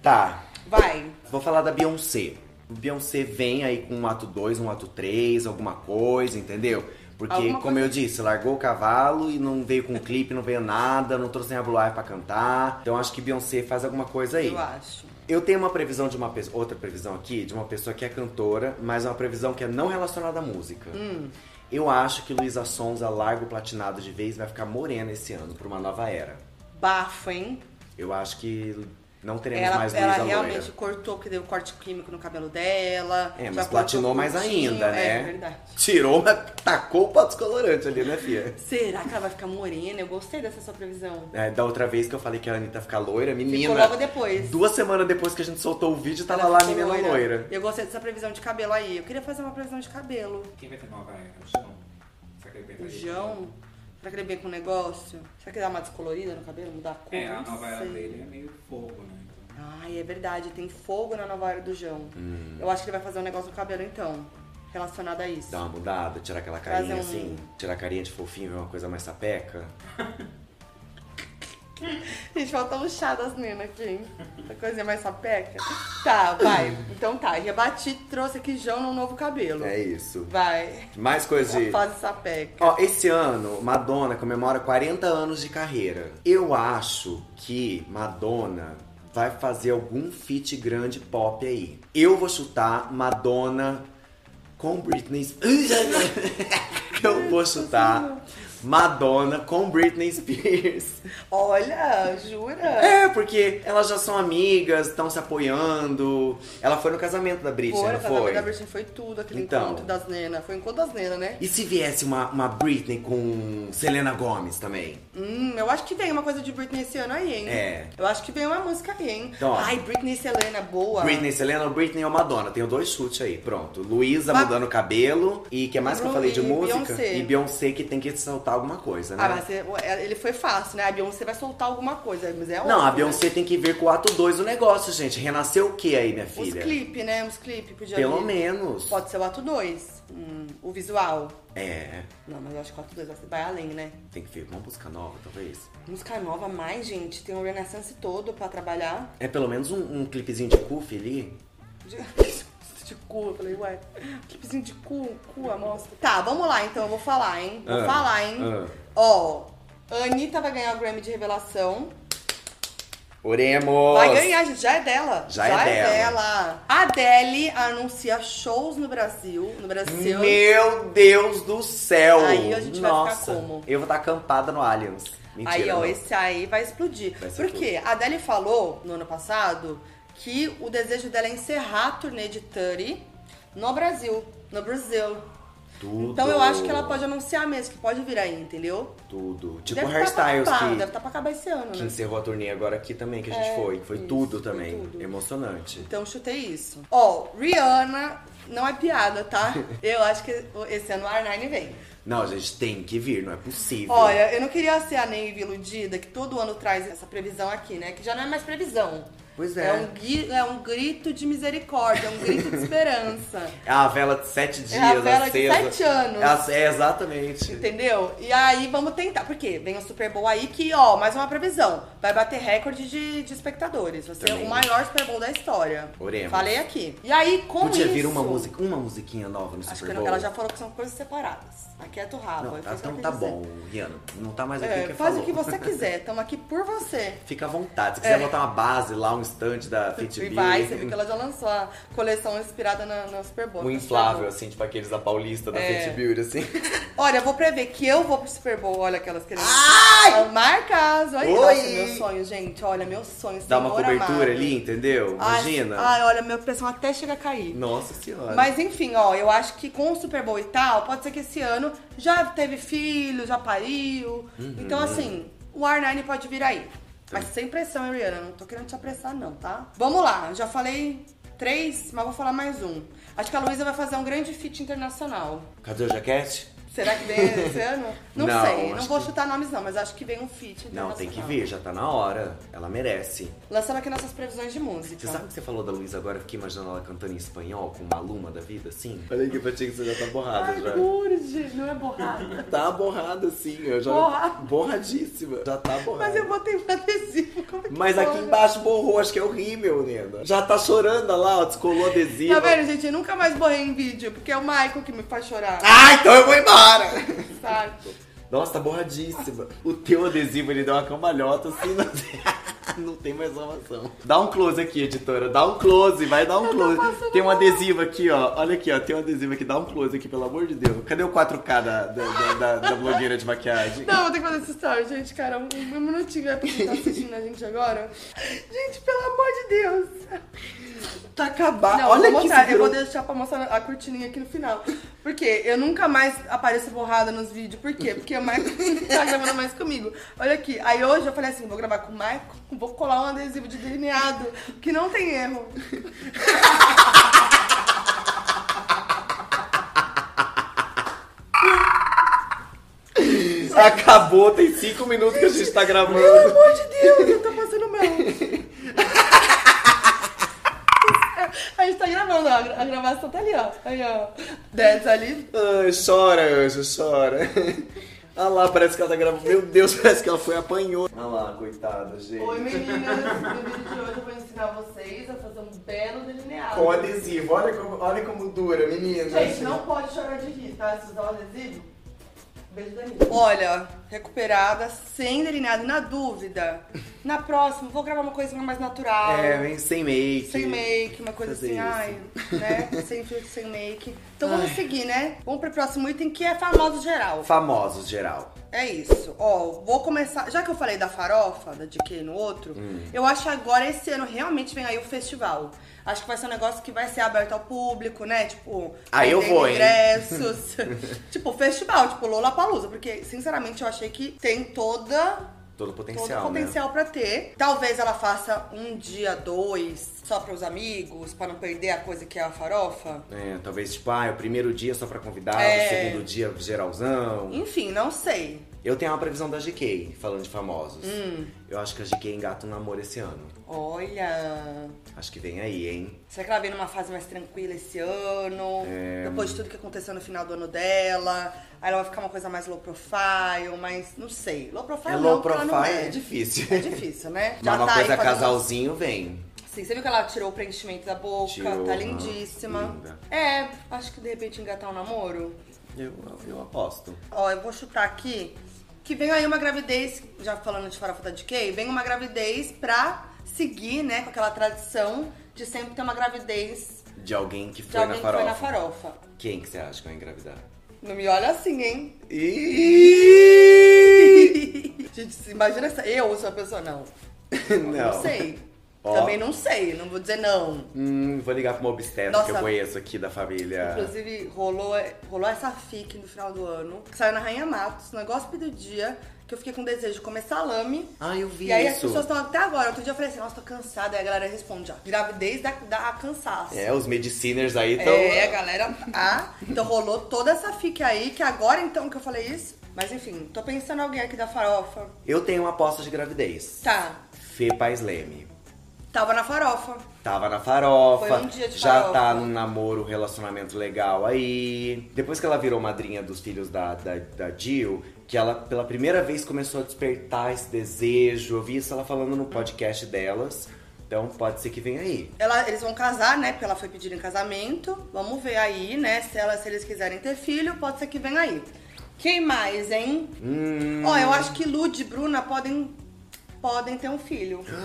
[SPEAKER 1] Tá,
[SPEAKER 2] Vai.
[SPEAKER 1] Vou falar da Beyoncé. Beyoncé vem aí com um ato 2, um ato 3, alguma coisa, entendeu? Porque,
[SPEAKER 2] Alguma
[SPEAKER 1] como eu disse, largou o cavalo e não veio com clipe, não veio nada, não trouxe nem a Blue Ivy pra cantar. Então acho que Beyoncé faz alguma coisa aí.
[SPEAKER 2] Eu acho.
[SPEAKER 1] Eu tenho uma previsão de uma pessoa, outra previsão aqui, de uma pessoa que é cantora, mas é uma previsão que é não relacionada à música. Eu acho que Luísa Sonza larga o platinado de vez e vai ficar morena esse ano, pra uma nova era.
[SPEAKER 2] Bafo, hein?
[SPEAKER 1] Eu acho que não teremos
[SPEAKER 2] Ela,
[SPEAKER 1] mais Luísa
[SPEAKER 2] ela
[SPEAKER 1] Loira.
[SPEAKER 2] realmente cortou, que deu corte químico no cabelo dela.
[SPEAKER 1] É,
[SPEAKER 2] já
[SPEAKER 1] mas
[SPEAKER 2] cortou
[SPEAKER 1] platinou mais
[SPEAKER 2] curtinho.
[SPEAKER 1] ainda, né?
[SPEAKER 2] É, verdade.
[SPEAKER 1] Tirou, mas tacou o pó descolorante ali, né, Fia?
[SPEAKER 2] Será que ela vai ficar morena? Eu gostei dessa sua previsão.
[SPEAKER 1] É, da outra vez que eu falei que a Anitta ia ficar loira, menina.
[SPEAKER 2] Ficou logo depois.
[SPEAKER 1] Duas semanas depois que a gente soltou o vídeo, tava
[SPEAKER 2] Ela
[SPEAKER 1] lá a
[SPEAKER 2] ficou
[SPEAKER 1] menina loira.
[SPEAKER 2] Eu gostei dessa previsão de cabelo aí. Eu queria fazer uma previsão de cabelo.
[SPEAKER 5] Quem vai ter nova era? O João. Será que ele
[SPEAKER 2] O
[SPEAKER 5] pensa isso?
[SPEAKER 2] João, será que ele vem com um negócio? Será que dá uma descolorida no cabelo? Mudar a cor?
[SPEAKER 5] É, a
[SPEAKER 2] Não
[SPEAKER 5] nova era
[SPEAKER 2] sei.
[SPEAKER 5] dele é meio fogo, né? Então,
[SPEAKER 2] Ai, é verdade. Tem fogo na nova era do João.
[SPEAKER 1] Hum.
[SPEAKER 2] Eu acho que ele vai fazer um negócio no cabelo, então. Relacionado a isso.
[SPEAKER 1] Dá uma mudada, tirar aquela carinha
[SPEAKER 2] Fazer um-
[SPEAKER 1] assim. Tirar a carinha de fofinho, ver uma coisa mais sapeca.
[SPEAKER 2] Gente, falta um chá das meninas aqui, hein? Essa coisinha mais sapeca. Tá, vai. Então tá. Rebati, trouxe aqui João no novo cabelo.
[SPEAKER 1] É isso.
[SPEAKER 2] Vai.
[SPEAKER 1] Mais coisa de...
[SPEAKER 2] Faz sapeca.
[SPEAKER 1] Ó, esse ano, Madonna comemora 40 anos de carreira. Eu acho que Madonna vai fazer algum feat grande pop aí. Eu vou chutar Madonna com Britney Spears. *laughs* Eu vou chutar Madonna com Britney Spears.
[SPEAKER 2] Olha, jura?
[SPEAKER 1] É, porque elas já são amigas, estão se apoiando. Ela foi no casamento da Britney,
[SPEAKER 2] Foi,
[SPEAKER 1] não
[SPEAKER 2] o casamento
[SPEAKER 1] foi?
[SPEAKER 2] da Virgin foi tudo, aquele
[SPEAKER 1] Então.
[SPEAKER 2] encontro das nenas. Foi o encontro das nenas, né?
[SPEAKER 1] E se viesse uma, uma Britney com Selena Gomez também?
[SPEAKER 2] Hum, eu acho que vem uma coisa de Britney esse ano aí, hein?
[SPEAKER 1] É.
[SPEAKER 2] Eu acho que vem uma música aí, hein?
[SPEAKER 1] Então, ó.
[SPEAKER 2] Ai, Britney e Selena, boa.
[SPEAKER 1] Britney, né? Selena, Britney ou Madonna. Tenho dois chutes aí, pronto. Luísa
[SPEAKER 2] Mas-
[SPEAKER 1] mudando o cabelo. E que mais que eu
[SPEAKER 2] Bru-
[SPEAKER 1] falei de
[SPEAKER 2] e
[SPEAKER 1] música?
[SPEAKER 2] Beyoncé.
[SPEAKER 1] E Beyoncé que tem que saltar alguma coisa, né?
[SPEAKER 2] Ah, mas você- ele foi fácil, né? A Beyoncé vai soltar alguma coisa, mas é
[SPEAKER 1] Não,
[SPEAKER 2] óbvio,
[SPEAKER 1] a
[SPEAKER 2] né?
[SPEAKER 1] Beyoncé tem que vir com o ato 2 do negócio, gente. Renasceu o que aí, minha
[SPEAKER 2] Os
[SPEAKER 1] é filha?
[SPEAKER 2] clipes, né? Os clipes podia
[SPEAKER 1] Pelo
[SPEAKER 2] vir.
[SPEAKER 1] menos.
[SPEAKER 2] Pode ser o ato 2. Hum, o visual.
[SPEAKER 1] É,
[SPEAKER 2] Não, mas eu acho que o ato 2 vai além, né?
[SPEAKER 1] tem que vir. Vamos buscar nova, talvez.
[SPEAKER 2] Música nova, mais, gente. Tem o Renaissance todo pra trabalhar.
[SPEAKER 1] É pelo menos um, um clipezinho de cuff ali.
[SPEAKER 2] De, *laughs* de cu, eu falei, ué. Clipezinho de cu, cu, amostra. Tá, vamos lá então, eu vou falar, hein? Vou
[SPEAKER 1] Ah,
[SPEAKER 2] falar, hein?
[SPEAKER 1] ah.
[SPEAKER 2] Ó, Anitta vai ganhar o Grammy de revelação.
[SPEAKER 1] Oremos!
[SPEAKER 2] Vai ganhar, gente, já é dela.
[SPEAKER 1] Já é dela.
[SPEAKER 2] Adele anuncia shows no Brasil. No Brasil.
[SPEAKER 1] Meu Deus do céu!
[SPEAKER 2] Aí a gente vai ficar
[SPEAKER 1] Nossa,
[SPEAKER 2] como?
[SPEAKER 1] eu vou estar acampada no Allianz. Mentira,
[SPEAKER 2] aí, ó,
[SPEAKER 1] não.
[SPEAKER 2] esse aí vai explodir.
[SPEAKER 1] Vai ser
[SPEAKER 2] Porque a Adele falou no ano passado que o desejo dela é encerrar a turnê de Tutty no Brasil. No Brasil.
[SPEAKER 1] Tudo.
[SPEAKER 2] Então eu acho que ela pode anunciar mesmo, que pode vir aí, entendeu?
[SPEAKER 1] Tudo. Tipo
[SPEAKER 2] Deve tá pra
[SPEAKER 1] hairstyles
[SPEAKER 2] acabar,
[SPEAKER 1] que,
[SPEAKER 2] Deve estar pra acabar esse ano,
[SPEAKER 1] que
[SPEAKER 2] né?
[SPEAKER 1] encerrou a turnê agora aqui também, que a gente
[SPEAKER 2] É,
[SPEAKER 1] foi. que Foi
[SPEAKER 2] isso,
[SPEAKER 1] tudo
[SPEAKER 2] foi
[SPEAKER 1] também.
[SPEAKER 2] tudo.
[SPEAKER 1] Emocionante.
[SPEAKER 2] Então eu chutei isso. Ó, Rihanna não é
[SPEAKER 1] *laughs*
[SPEAKER 2] piada, tá? Eu acho que esse ano a R9 vem.
[SPEAKER 1] Não, gente, tem que vir, não é possível.
[SPEAKER 2] Olha, eu não queria ser a Neiva iludida, que todo ano traz essa previsão aqui, né? Que já não é mais previsão.
[SPEAKER 1] Pois é.
[SPEAKER 2] É um, gui- é um grito de misericórdia, é um grito de esperança. *laughs*
[SPEAKER 1] É a vela de sete dias,
[SPEAKER 2] É a vela de
[SPEAKER 1] acesa.
[SPEAKER 2] sete anos.
[SPEAKER 1] É a- É, exatamente.
[SPEAKER 2] Entendeu? E aí vamos tentar. Porque vem o Super Bowl aí que, ó, mais uma previsão. Vai bater recorde de, de espectadores. Vai ser
[SPEAKER 1] Também.
[SPEAKER 2] o maior Super Bowl da história.
[SPEAKER 1] Oremos.
[SPEAKER 2] Falei aqui. E aí, com
[SPEAKER 1] Podia
[SPEAKER 2] um isso...
[SPEAKER 1] vir uma música, uma musiquinha nova no
[SPEAKER 2] Acho que
[SPEAKER 1] Super
[SPEAKER 2] não,
[SPEAKER 1] Bowl.
[SPEAKER 2] ela já falou que são coisas separadas. Aqui é turraba.
[SPEAKER 1] Não,
[SPEAKER 2] foi isso que eu
[SPEAKER 1] então
[SPEAKER 2] quis
[SPEAKER 1] tá
[SPEAKER 2] dizer.
[SPEAKER 1] bom, Rihanna. Não tá mais aqui
[SPEAKER 2] assim. É,
[SPEAKER 1] o que
[SPEAKER 2] faz
[SPEAKER 1] falou.
[SPEAKER 2] o que
[SPEAKER 1] *laughs*
[SPEAKER 2] você quiser. Estamos aqui por você.
[SPEAKER 1] Fica à vontade. Se quiser
[SPEAKER 2] É.
[SPEAKER 1] botar uma base lá, um stand da Fitbit.
[SPEAKER 2] E vai, você viu que ela já lançou a coleção inspirada na, na Super Bowl.
[SPEAKER 1] Um
[SPEAKER 2] tá
[SPEAKER 1] inflável,
[SPEAKER 2] certo?
[SPEAKER 1] assim, tipo aqueles da Paulista, da
[SPEAKER 2] É.
[SPEAKER 1] Fit Beauty, assim.
[SPEAKER 2] Olha, eu vou prever que eu vou pro Super Bowl. Olha aquelas querendo.
[SPEAKER 1] Ai!
[SPEAKER 2] Marcas! Olha,
[SPEAKER 1] Oi!
[SPEAKER 2] nossa, meu sonho, gente. Olha, meu sonho.
[SPEAKER 1] Dá uma
[SPEAKER 2] Senhor
[SPEAKER 1] cobertura
[SPEAKER 2] amado.
[SPEAKER 1] ali, entendeu?
[SPEAKER 2] né? Ai,
[SPEAKER 1] Imagina.
[SPEAKER 2] Ai, olha, meu pressão até chega a cair.
[SPEAKER 1] Nossa senhora.
[SPEAKER 2] Mas enfim, ó, eu acho que com o Super Bowl e tal, pode ser que esse ano já teve filho, já pariu.
[SPEAKER 1] Uhum.
[SPEAKER 2] Então, assim, o R9 pode vir aí. Mas sem pressão, hein, Rihanna? Não tô querendo te apressar, não, tá? Vamos lá, já falei três, mas vou falar mais um. Acho que a Luísa vai fazer um grande feat internacional.
[SPEAKER 1] Cadê o jaquete?
[SPEAKER 2] Será que vem
[SPEAKER 1] *laughs*
[SPEAKER 2] esse ano? Não,
[SPEAKER 1] Não,
[SPEAKER 2] sei, não
[SPEAKER 1] acho
[SPEAKER 2] vou
[SPEAKER 1] que-
[SPEAKER 2] chutar nomes, não, mas acho que vem um feat internacional.
[SPEAKER 1] Não, tem que vir, já tá na hora. Ela merece.
[SPEAKER 2] Lançando aqui nossas previsões de música.
[SPEAKER 1] Você sabe o que você falou da Luísa agora? Eu fiquei imaginando ela cantando em espanhol com uma luma da vida, assim. Olha aqui pra ti que você já tá borrada
[SPEAKER 2] Ai, Lourdes, não é borrada.
[SPEAKER 1] Tá borrada, sim. Eu já...
[SPEAKER 2] Borra-
[SPEAKER 1] Borradíssima. Já tá borrada.
[SPEAKER 2] Mas eu botei um adesivo, como é que
[SPEAKER 1] Mas aqui
[SPEAKER 2] pode?
[SPEAKER 1] embaixo borrou, acho que é horrível, nena. Já tá chorando olha lá, ó, descolou adesivo.
[SPEAKER 2] Tá vendo, gente? Eu nunca mais borrei em vídeo, porque é o Michael que me faz chorar,
[SPEAKER 1] Ah, então eu vou embora!
[SPEAKER 2] *laughs* sabe?
[SPEAKER 1] Nossa, tá borradíssima. O teu adesivo, ele deu uma cambalhota assim. Não tem, *laughs* não tem mais salvação. Dá um close aqui, editora. Dá um close, vai dar um close. Tem um adesivo aqui, ó. Olha aqui, ó. Tem um adesivo aqui. Dá um close aqui, pelo amor de Deus. Cadê o 4K da, da, da- da- da blogueira de maquiagem?
[SPEAKER 2] Não, vou ter que fazer essa história, gente, cara. Um, um minutinho é pra quem tá assistindo a gente agora. Gente, pelo amor de Deus.
[SPEAKER 1] Tá acabado.
[SPEAKER 2] Não,
[SPEAKER 1] Olha
[SPEAKER 2] eu vou
[SPEAKER 1] aqui,
[SPEAKER 2] mostrar,
[SPEAKER 1] você
[SPEAKER 2] eu vou
[SPEAKER 1] virou-
[SPEAKER 2] deixar pra mostrar a cortininha aqui no final. Porque eu nunca mais apareço borrada nos vídeos. Por quê? Porque o Michael *laughs* não tá gravando mais comigo. Olha aqui. Aí hoje eu falei assim, vou gravar com o Michael, vou colar um adesivo de delineado, que não tem erro.
[SPEAKER 1] Acabou, tem cinco minutos que a gente tá
[SPEAKER 2] Pelo
[SPEAKER 1] gravando.
[SPEAKER 2] amor de Deus, eu tô passando mal. A gente tá gravando, ó. A gravação tá ali, ó. Aí, ó. Desce ali.
[SPEAKER 1] Ai, chora, anjo, chora. Olha lá, parece que ela tá gravando. Meu Deus, parece que ela foi e apanhou. Olha lá, coitada, gente.
[SPEAKER 2] Oi, meninas. No vídeo de hoje eu vou ensinar vocês a fazer um belo delineado.
[SPEAKER 1] Com adesivo, olha como, olha como dura, menina.
[SPEAKER 2] Gente, não pode chorar de rir, tá? Se usar o adesivo. Beijo da Olha, recuperada, sem delineado, na dúvida. Na próxima, vou gravar uma coisa mais natural.
[SPEAKER 1] É, vem sem make.
[SPEAKER 2] Sem make, uma coisa
[SPEAKER 1] Fazer
[SPEAKER 2] assim,
[SPEAKER 1] isso.
[SPEAKER 2] ai, né?
[SPEAKER 1] *laughs*
[SPEAKER 2] sem filtro, sem make. Então vamos seguir, né? Vamos pro próximo item que é famoso geral.
[SPEAKER 1] Famosos, geral.
[SPEAKER 2] É isso. Ó, vou começar. Já que eu falei da farofa, da de que no outro,
[SPEAKER 1] Hum.
[SPEAKER 2] eu acho que agora esse ano realmente vem aí o festival. Acho que vai ser um negócio que vai ser aberto ao público, né? Tipo,
[SPEAKER 1] Aí Ah, eu
[SPEAKER 2] vendendo
[SPEAKER 1] vou, hein? *laughs*
[SPEAKER 2] ingressos. tipo, festival, tipo Lollapalooza, porque sinceramente eu achei que tem toda
[SPEAKER 1] Todo potencial,
[SPEAKER 2] todo
[SPEAKER 1] né?
[SPEAKER 2] potencial pra ter. Talvez ela faça um dia, dois, só pros amigos, pra não perder a coisa que é a farofa.
[SPEAKER 1] É, talvez, tipo, ah, é o primeiro dia só pra convidados,
[SPEAKER 2] É.
[SPEAKER 1] o segundo dia geralzão.
[SPEAKER 2] Enfim, não sei.
[SPEAKER 1] Eu tenho uma previsão da GK, falando de famosos.
[SPEAKER 2] Hum.
[SPEAKER 1] Eu acho que a GK engata um namoro esse ano.
[SPEAKER 2] Olha.
[SPEAKER 1] Acho que vem aí, hein?
[SPEAKER 2] Será que ela vem numa fase mais tranquila esse ano?
[SPEAKER 1] É.
[SPEAKER 2] Depois de tudo que aconteceu no final do ano dela. Aí ela vai ficar uma coisa mais low profile, mas não sei. Low profile
[SPEAKER 1] é
[SPEAKER 2] não,
[SPEAKER 1] low
[SPEAKER 2] porque ela
[SPEAKER 1] profile,
[SPEAKER 2] não é.
[SPEAKER 1] é difícil.
[SPEAKER 2] É
[SPEAKER 1] *laughs*
[SPEAKER 2] difícil, né?
[SPEAKER 1] Mas uma
[SPEAKER 2] tá aí
[SPEAKER 1] coisa
[SPEAKER 2] fazendo-
[SPEAKER 1] casalzinho vem.
[SPEAKER 2] Sim, você viu que ela tirou o preenchimento da boca,
[SPEAKER 1] Tirou,
[SPEAKER 2] tá
[SPEAKER 1] aham.
[SPEAKER 2] lindíssima.
[SPEAKER 1] Linda.
[SPEAKER 2] É, acho que de repente engatar um namoro.
[SPEAKER 1] Eu, eu aposto.
[SPEAKER 2] Ó, eu vou chutar aqui que vem aí uma gravidez, já falando de farofa da DK, vem uma gravidez pra seguir, né, com aquela tradição de sempre ter uma gravidez
[SPEAKER 1] De alguém que foi,
[SPEAKER 2] de alguém
[SPEAKER 1] na
[SPEAKER 2] que foi
[SPEAKER 1] farofa.
[SPEAKER 2] na farofa.
[SPEAKER 1] Quem que você acha que vai engravidar?
[SPEAKER 2] Não me olha assim,
[SPEAKER 1] *laughs*
[SPEAKER 2] hein?
[SPEAKER 1] Ih!
[SPEAKER 2] Gente, se imagina essa. Eu sou a pessoa, não.
[SPEAKER 1] Não.
[SPEAKER 2] sei.
[SPEAKER 6] Ó.
[SPEAKER 2] Também não sei, não vou dizer não.
[SPEAKER 6] Hum, vou ligar pra uma obstetra
[SPEAKER 2] Nossa.
[SPEAKER 6] que eu conheço aqui da
[SPEAKER 1] É.
[SPEAKER 6] família.
[SPEAKER 2] Inclusive, rolou, rolou essa fic no final do ano, que saiu na Rainha Matos, no Gossip do Dia, que eu fiquei com desejo de comer salame.
[SPEAKER 6] Ah, eu vi
[SPEAKER 2] E aí as
[SPEAKER 6] isso.
[SPEAKER 2] pessoas estão até agora. Outro dia eu falei assim, nossa, tô cansada. Aí a galera responde, ó, gravidez dá, dá cansaço.
[SPEAKER 6] É, então, os mediciners aí estão.
[SPEAKER 2] É, a galera. Ah, então rolou toda essa fic aí, que agora então que eu falei isso. Mas enfim, tô pensando em alguém aqui da farofa.
[SPEAKER 6] Eu tenho uma aposta de gravidez.
[SPEAKER 2] Tá,
[SPEAKER 6] Fê Paz Leme.
[SPEAKER 2] tava na farofa.
[SPEAKER 6] Tava na farofa,
[SPEAKER 2] Foi um dia de
[SPEAKER 6] já
[SPEAKER 2] farofa.
[SPEAKER 6] tá num namoro, relacionamento legal aí. Depois que ela virou madrinha dos filhos da, da, da Jill, que ela pela primeira vez começou a despertar esse desejo. Eu vi isso ela falando no podcast delas. Então pode ser que venha aí.
[SPEAKER 2] Ela, eles vão casar, né? Porque ela foi pedida em casamento. Vamos ver aí, né? Se, ela, se eles quiserem ter filho, pode ser que venha aí. Quem mais, hein?
[SPEAKER 6] Hum.
[SPEAKER 2] Ó, eu acho que Lud e Bruna podem, podem ter um filho.
[SPEAKER 6] *gasps*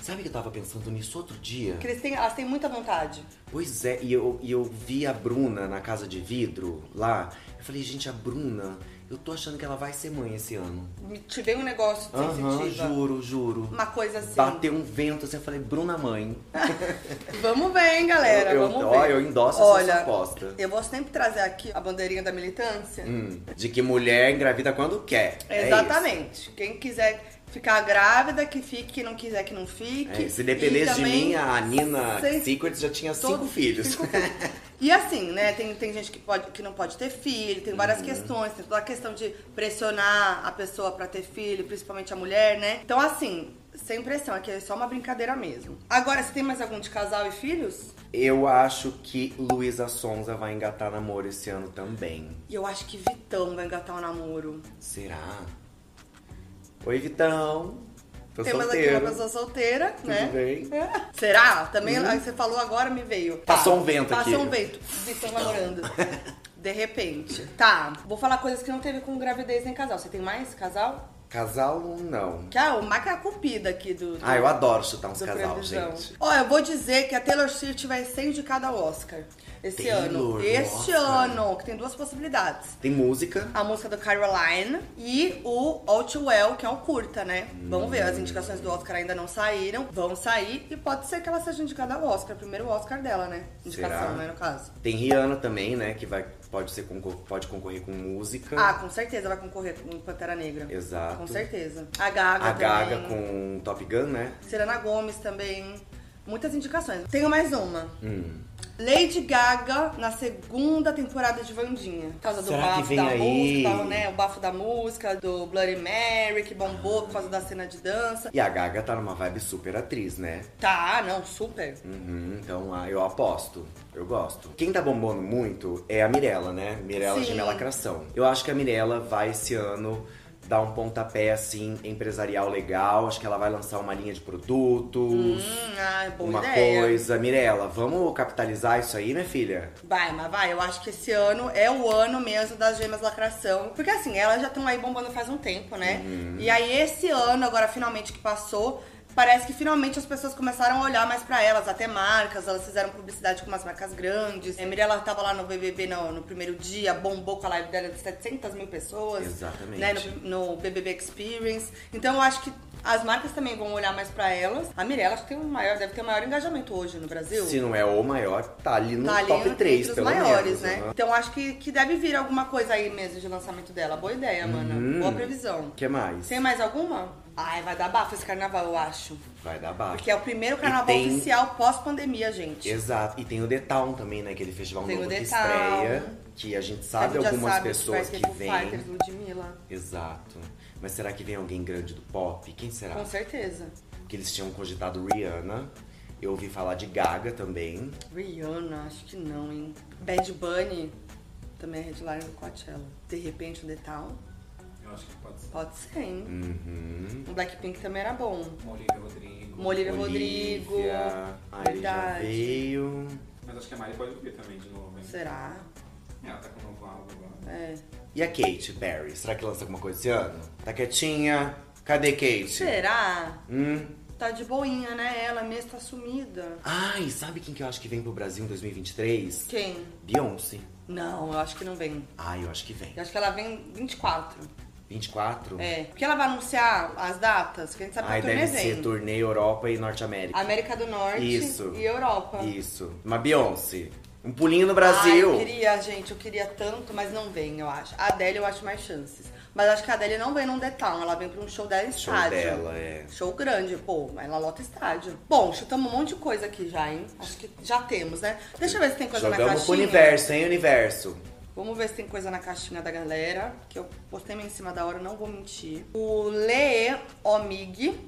[SPEAKER 6] Sabe que eu tava pensando nisso outro dia?
[SPEAKER 2] Porque eles têm, elas têm muita vontade.
[SPEAKER 6] Pois é, e eu, e eu vi a Bruna na casa de vidro lá. Eu falei, gente, a Bruna, eu tô achando que ela vai ser mãe esse ano.
[SPEAKER 2] Me- Te veio um negócio
[SPEAKER 6] Aham,
[SPEAKER 2] sensitivo.
[SPEAKER 6] juro, juro.
[SPEAKER 2] Uma coisa assim.
[SPEAKER 6] Bateu um vento assim, eu falei, Bruna mãe.
[SPEAKER 2] Vamos ver, hein, galera.
[SPEAKER 6] Eu- eu-
[SPEAKER 2] Vamos
[SPEAKER 6] ó,
[SPEAKER 2] ver.
[SPEAKER 6] eu endosso essa
[SPEAKER 2] Olha,
[SPEAKER 6] sua aposta.
[SPEAKER 2] Eu vou sempre trazer aqui a bandeirinha da militância.
[SPEAKER 6] Hum, de que mulher engravida quando quer. É
[SPEAKER 2] Exatamente. Quem quiser ficar grávida, que fique. Quem não quiser, que não fique.
[SPEAKER 6] isso. É, se dependesse
[SPEAKER 2] E
[SPEAKER 6] de
[SPEAKER 2] também
[SPEAKER 6] mim, a Nina
[SPEAKER 2] sem-
[SPEAKER 6] Secret já tinha cinco
[SPEAKER 2] todos-
[SPEAKER 6] filhos. *laughs*
[SPEAKER 2] cinco filhos. E assim, né, tem, tem gente que, pode, que não pode ter filho, tem
[SPEAKER 6] Uhum.
[SPEAKER 2] várias questões, tem toda a questão de pressionar a pessoa pra ter filho, principalmente a mulher, né? Então assim, sem pressão, aqui é só uma brincadeira mesmo. Agora, se tem mais algum de casal e filhos?
[SPEAKER 6] eu acho que Luísa Sonza vai engatar namoro esse ano também.
[SPEAKER 2] E eu acho que Vitão vai engatar um namoro.
[SPEAKER 6] Será? Oi, Vitão. Tô
[SPEAKER 2] Temos aqui
[SPEAKER 6] Tá solteiro.
[SPEAKER 2] uma pessoa solteira,
[SPEAKER 6] Tudo
[SPEAKER 2] né?
[SPEAKER 6] bem? Uhum.
[SPEAKER 2] É. Será? Também aí você falou agora, me veio. Tá.
[SPEAKER 6] Passou um vento
[SPEAKER 2] Passou
[SPEAKER 6] aqui. Então.
[SPEAKER 2] um vento. Estão
[SPEAKER 6] *laughs*
[SPEAKER 2] namorando. De repente. Tá, vou falar coisas que não teve com gravidez nem casal. Você tem mais casal?
[SPEAKER 6] Casal não.
[SPEAKER 2] Que é o maca cupida aqui do. do
[SPEAKER 6] Ah, eu adoro chutar uns
[SPEAKER 2] do
[SPEAKER 6] casal,
[SPEAKER 2] previsão.
[SPEAKER 6] gente.
[SPEAKER 2] Ó, eu vou dizer que a Taylor Swift vai ser indicada ao Oscar esse
[SPEAKER 6] Taylor,
[SPEAKER 2] ano. Este
[SPEAKER 6] nossa.
[SPEAKER 2] ano, que tem duas possibilidades.
[SPEAKER 6] Tem música.
[SPEAKER 2] A música do Caroline e o All Too Well, que é um curta, né? Vamos ver, as indicações do Oscar ainda não saíram, vão sair e pode ser que ela seja indicada ao Oscar, primeiro Oscar dela, né? Indicação,
[SPEAKER 6] Será?
[SPEAKER 2] né, no caso.
[SPEAKER 6] Tem Rihanna também, né? Que vai, pode, ser, concor- pode concorrer com música.
[SPEAKER 2] Ah, com certeza vai concorrer com Pantera Negra.
[SPEAKER 6] Então- Exato.
[SPEAKER 2] Com certeza. A Gaga
[SPEAKER 6] a Gaga
[SPEAKER 2] também.
[SPEAKER 6] com Top Gun, né?
[SPEAKER 2] Serena Gomes também. Muitas indicações. Tenho mais uma.
[SPEAKER 6] Hum.
[SPEAKER 2] Lady Gaga na segunda temporada de Vandinha. Por causa do
[SPEAKER 6] Será que
[SPEAKER 2] bafo
[SPEAKER 6] vem
[SPEAKER 2] da
[SPEAKER 6] aí?
[SPEAKER 2] música, né? O bafo da música, do Bloody Mary, que bombou por causa da cena de dança.
[SPEAKER 6] E a Gaga tá numa vibe super atriz, né?
[SPEAKER 2] Tá, não, super.
[SPEAKER 6] Uhum, então ah, eu aposto. Eu gosto. Quem tá bombando muito é a Mirella, né? Mirella
[SPEAKER 2] Sim.
[SPEAKER 6] de Melacração. Eu acho que a Mirella vai esse ano dar um pontapé, assim, empresarial legal. Acho que ela vai lançar uma linha de produtos.
[SPEAKER 2] Hum, ah, boa
[SPEAKER 6] uma
[SPEAKER 2] ideia.
[SPEAKER 6] coisa. Mirella, vamos capitalizar isso aí, minha filha?
[SPEAKER 2] Vai, mas vai, eu acho que esse ano é o ano mesmo das gêmeas lacração. Porque assim, elas já estão aí bombando faz um tempo, né?
[SPEAKER 6] Uhum.
[SPEAKER 2] E aí esse ano, agora finalmente que passou, parece que finalmente as pessoas começaram a olhar mais pra elas, até marcas, elas fizeram publicidade com umas marcas grandes. A Mirella tava lá no BBB no, no primeiro dia, bombou com a live dela de 700 mil pessoas.
[SPEAKER 6] Exatamente.
[SPEAKER 2] Né? No, no BBB Experience. Então eu acho que as marcas também vão olhar mais pra elas. A Mirella acho que tem um maior, deve ter o maior engajamento hoje no Brasil
[SPEAKER 6] Se não é o maior, tá ali no
[SPEAKER 2] tá ali
[SPEAKER 6] top 3,
[SPEAKER 2] entre os
[SPEAKER 6] pelo
[SPEAKER 2] maiores,
[SPEAKER 6] menos.
[SPEAKER 2] né?
[SPEAKER 6] uhum.
[SPEAKER 2] Então acho que, que deve vir alguma coisa aí mesmo de lançamento dela. Boa ideia, mana. Boa previsão.
[SPEAKER 6] O Uhum. que é mais?
[SPEAKER 2] Tem mais alguma? Ai, vai dar bafo esse carnaval, eu acho.
[SPEAKER 6] Vai dar bafo.
[SPEAKER 2] Porque é o primeiro carnaval
[SPEAKER 6] tem-
[SPEAKER 2] oficial pós-pandemia, gente.
[SPEAKER 6] Exato. E tem o The Town também, né? Aquele festival
[SPEAKER 2] Tem
[SPEAKER 6] novo
[SPEAKER 2] o
[SPEAKER 6] que
[SPEAKER 2] The Town.
[SPEAKER 6] estreia. Que a gente sabe
[SPEAKER 2] A gente já
[SPEAKER 6] algumas
[SPEAKER 2] sabe
[SPEAKER 6] pessoas
[SPEAKER 2] que,
[SPEAKER 6] que,
[SPEAKER 2] vai ter Foo Fighters,
[SPEAKER 6] vêm.
[SPEAKER 2] Ludmilla.
[SPEAKER 6] Exato. Mas será que vem alguém grande do pop? Quem será?
[SPEAKER 2] Com certeza.
[SPEAKER 6] Porque eles tinham cogitado Rihanna. Eu ouvi falar de Gaga também.
[SPEAKER 2] Rihanna, acho que não, hein? Bad Bunny também é headliner do Coachella. De repente, o The Town.
[SPEAKER 5] Eu acho que pode ser.
[SPEAKER 2] Pode ser, hein?
[SPEAKER 6] Uhum.
[SPEAKER 2] O Blackpink também era bom.
[SPEAKER 5] Uma Olivia Rodrigo.
[SPEAKER 2] Uma Olivia Rodrigo.
[SPEAKER 6] Aí Ah, já
[SPEAKER 2] Verdade.
[SPEAKER 6] veio.
[SPEAKER 5] Mas acho que a Mari pode vir também de novo, hein?
[SPEAKER 2] Será?
[SPEAKER 5] Ela tá com um novo álbum agora.
[SPEAKER 2] É.
[SPEAKER 6] E a Kate Perry? Será que lança alguma coisa esse ano? Tá quietinha? Cadê Kate?
[SPEAKER 2] É. Será?
[SPEAKER 6] Hum?
[SPEAKER 2] Tá de boinha, né? Ela mesmo tá sumida.
[SPEAKER 6] Ai, sabe quem que eu acho que vem pro Brasil em 2023?
[SPEAKER 2] Quem?
[SPEAKER 6] Beyoncé.
[SPEAKER 2] Não, eu acho que não vem.
[SPEAKER 6] Ai, eu acho que vem.
[SPEAKER 2] Eu acho que ela vem 24.
[SPEAKER 6] 24?
[SPEAKER 2] É. Porque ela vai anunciar as datas, que a gente sabe
[SPEAKER 6] Ai,
[SPEAKER 2] que é turnê
[SPEAKER 6] deve ser
[SPEAKER 2] vem.
[SPEAKER 6] turnê Europa e Norte América.
[SPEAKER 2] América do Norte
[SPEAKER 6] Isso.
[SPEAKER 2] e Europa.
[SPEAKER 6] Isso. Uma Beyoncé. Um pulinho no
[SPEAKER 2] Ai, eu
[SPEAKER 6] Brasil.
[SPEAKER 2] queria, gente, eu queria tanto, mas não vem, eu acho. A Adele eu acho mais chances. Mas acho que a Adele não vem num The Town, ela vem pra um show dela em
[SPEAKER 6] Show
[SPEAKER 2] estádio.
[SPEAKER 6] dela, é.
[SPEAKER 2] Show grande, pô, mas ela lota estádio. Bom, chutamos um monte de coisa aqui já, hein? Acho que já temos, né? Deixa eu ver se tem coisa na
[SPEAKER 6] Jogamos pro
[SPEAKER 2] caixinha.
[SPEAKER 6] universo, hein, universo?
[SPEAKER 2] Vamos ver se tem coisa na caixinha da galera, que eu postei meio em cima da hora, não vou mentir. O Lee Omig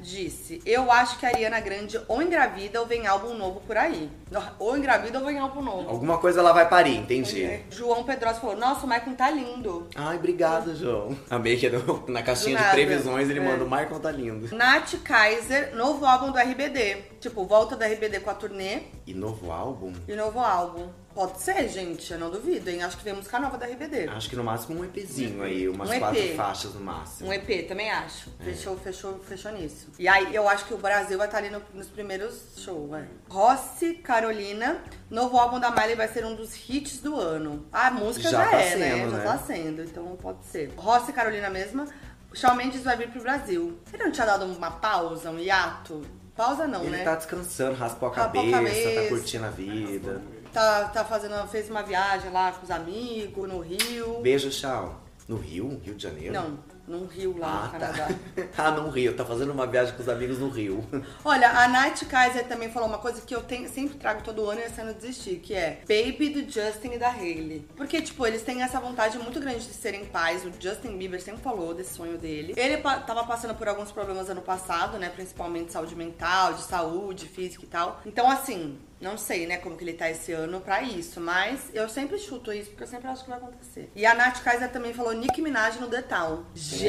[SPEAKER 2] disse: Eu acho que a Ariana Grande ou engravida ou vem álbum novo por aí. No- Ou engravida ou vem álbum novo.
[SPEAKER 6] Alguma coisa ela vai parir, entendi.
[SPEAKER 2] João Pedrosa falou: Nossa, o Maicon tá lindo.
[SPEAKER 6] Ai, obrigado, João. Amei que no- na caixinha
[SPEAKER 2] Do
[SPEAKER 6] de
[SPEAKER 2] nada.
[SPEAKER 6] previsões ele
[SPEAKER 2] É.
[SPEAKER 6] manda o Michael tá lindo.
[SPEAKER 2] Nath Kaiser, novo álbum do RBD. Tipo, volta do RBD com a turnê
[SPEAKER 6] E novo álbum?
[SPEAKER 2] e novo álbum. Pode ser, gente, eu não duvido, hein? Acho que vem música nova do RBD.
[SPEAKER 6] Acho que no máximo um EPzinho aí, umas
[SPEAKER 2] Um EP.
[SPEAKER 6] quatro faixas no máximo.
[SPEAKER 2] Um EP, também acho.
[SPEAKER 6] É.
[SPEAKER 2] Fechou, fechou, fechou nisso. E aí, eu acho que o Brasil vai estar ali no- nos primeiros shows, né? Rossi Carolina, novo álbum da Miley vai ser um dos hits do ano. A música já,
[SPEAKER 6] Já tá
[SPEAKER 2] é, né?
[SPEAKER 6] sendo,
[SPEAKER 2] Já
[SPEAKER 6] né?
[SPEAKER 2] tá sendo, então pode ser. Rossi Carolina mesma, Shawn Mendes vai vir pro Brasil. Ele não tinha dado uma pausa, um hiato? Pausa não,
[SPEAKER 6] Ele
[SPEAKER 2] né?
[SPEAKER 6] tá descansando, raspou a
[SPEAKER 2] Raspou a
[SPEAKER 6] cabeça,
[SPEAKER 2] cabeça.
[SPEAKER 6] tá curtindo a vida.
[SPEAKER 2] Tá, tá fazendo, fez uma viagem lá com os amigos, no Rio.
[SPEAKER 6] Beijo, tchau. No Rio? Rio de Janeiro?
[SPEAKER 2] Não, num Rio lá
[SPEAKER 6] Ah,
[SPEAKER 2] no
[SPEAKER 6] tá.
[SPEAKER 2] Canadá.
[SPEAKER 6] *laughs* ah, no Rio. Tá fazendo uma viagem com os amigos no Rio.
[SPEAKER 2] Olha, a Night Kaiser também falou uma coisa que eu tenho- sempre trago todo ano e esse ano eu desisti, que é Baby do Justin e da Hailey. Porque, tipo, eles têm essa vontade muito grande de serem pais. O Justin Bieber sempre falou desse sonho dele. Ele pa- tava passando por alguns problemas ano passado, né? Principalmente de saúde mental, de saúde física e tal. Então, assim, não sei, né, como que ele tá esse ano pra isso, mas eu sempre chuto isso porque eu sempre acho que vai acontecer. E a Nath Kaiser também falou Nicki Minaj no The Town. Gente!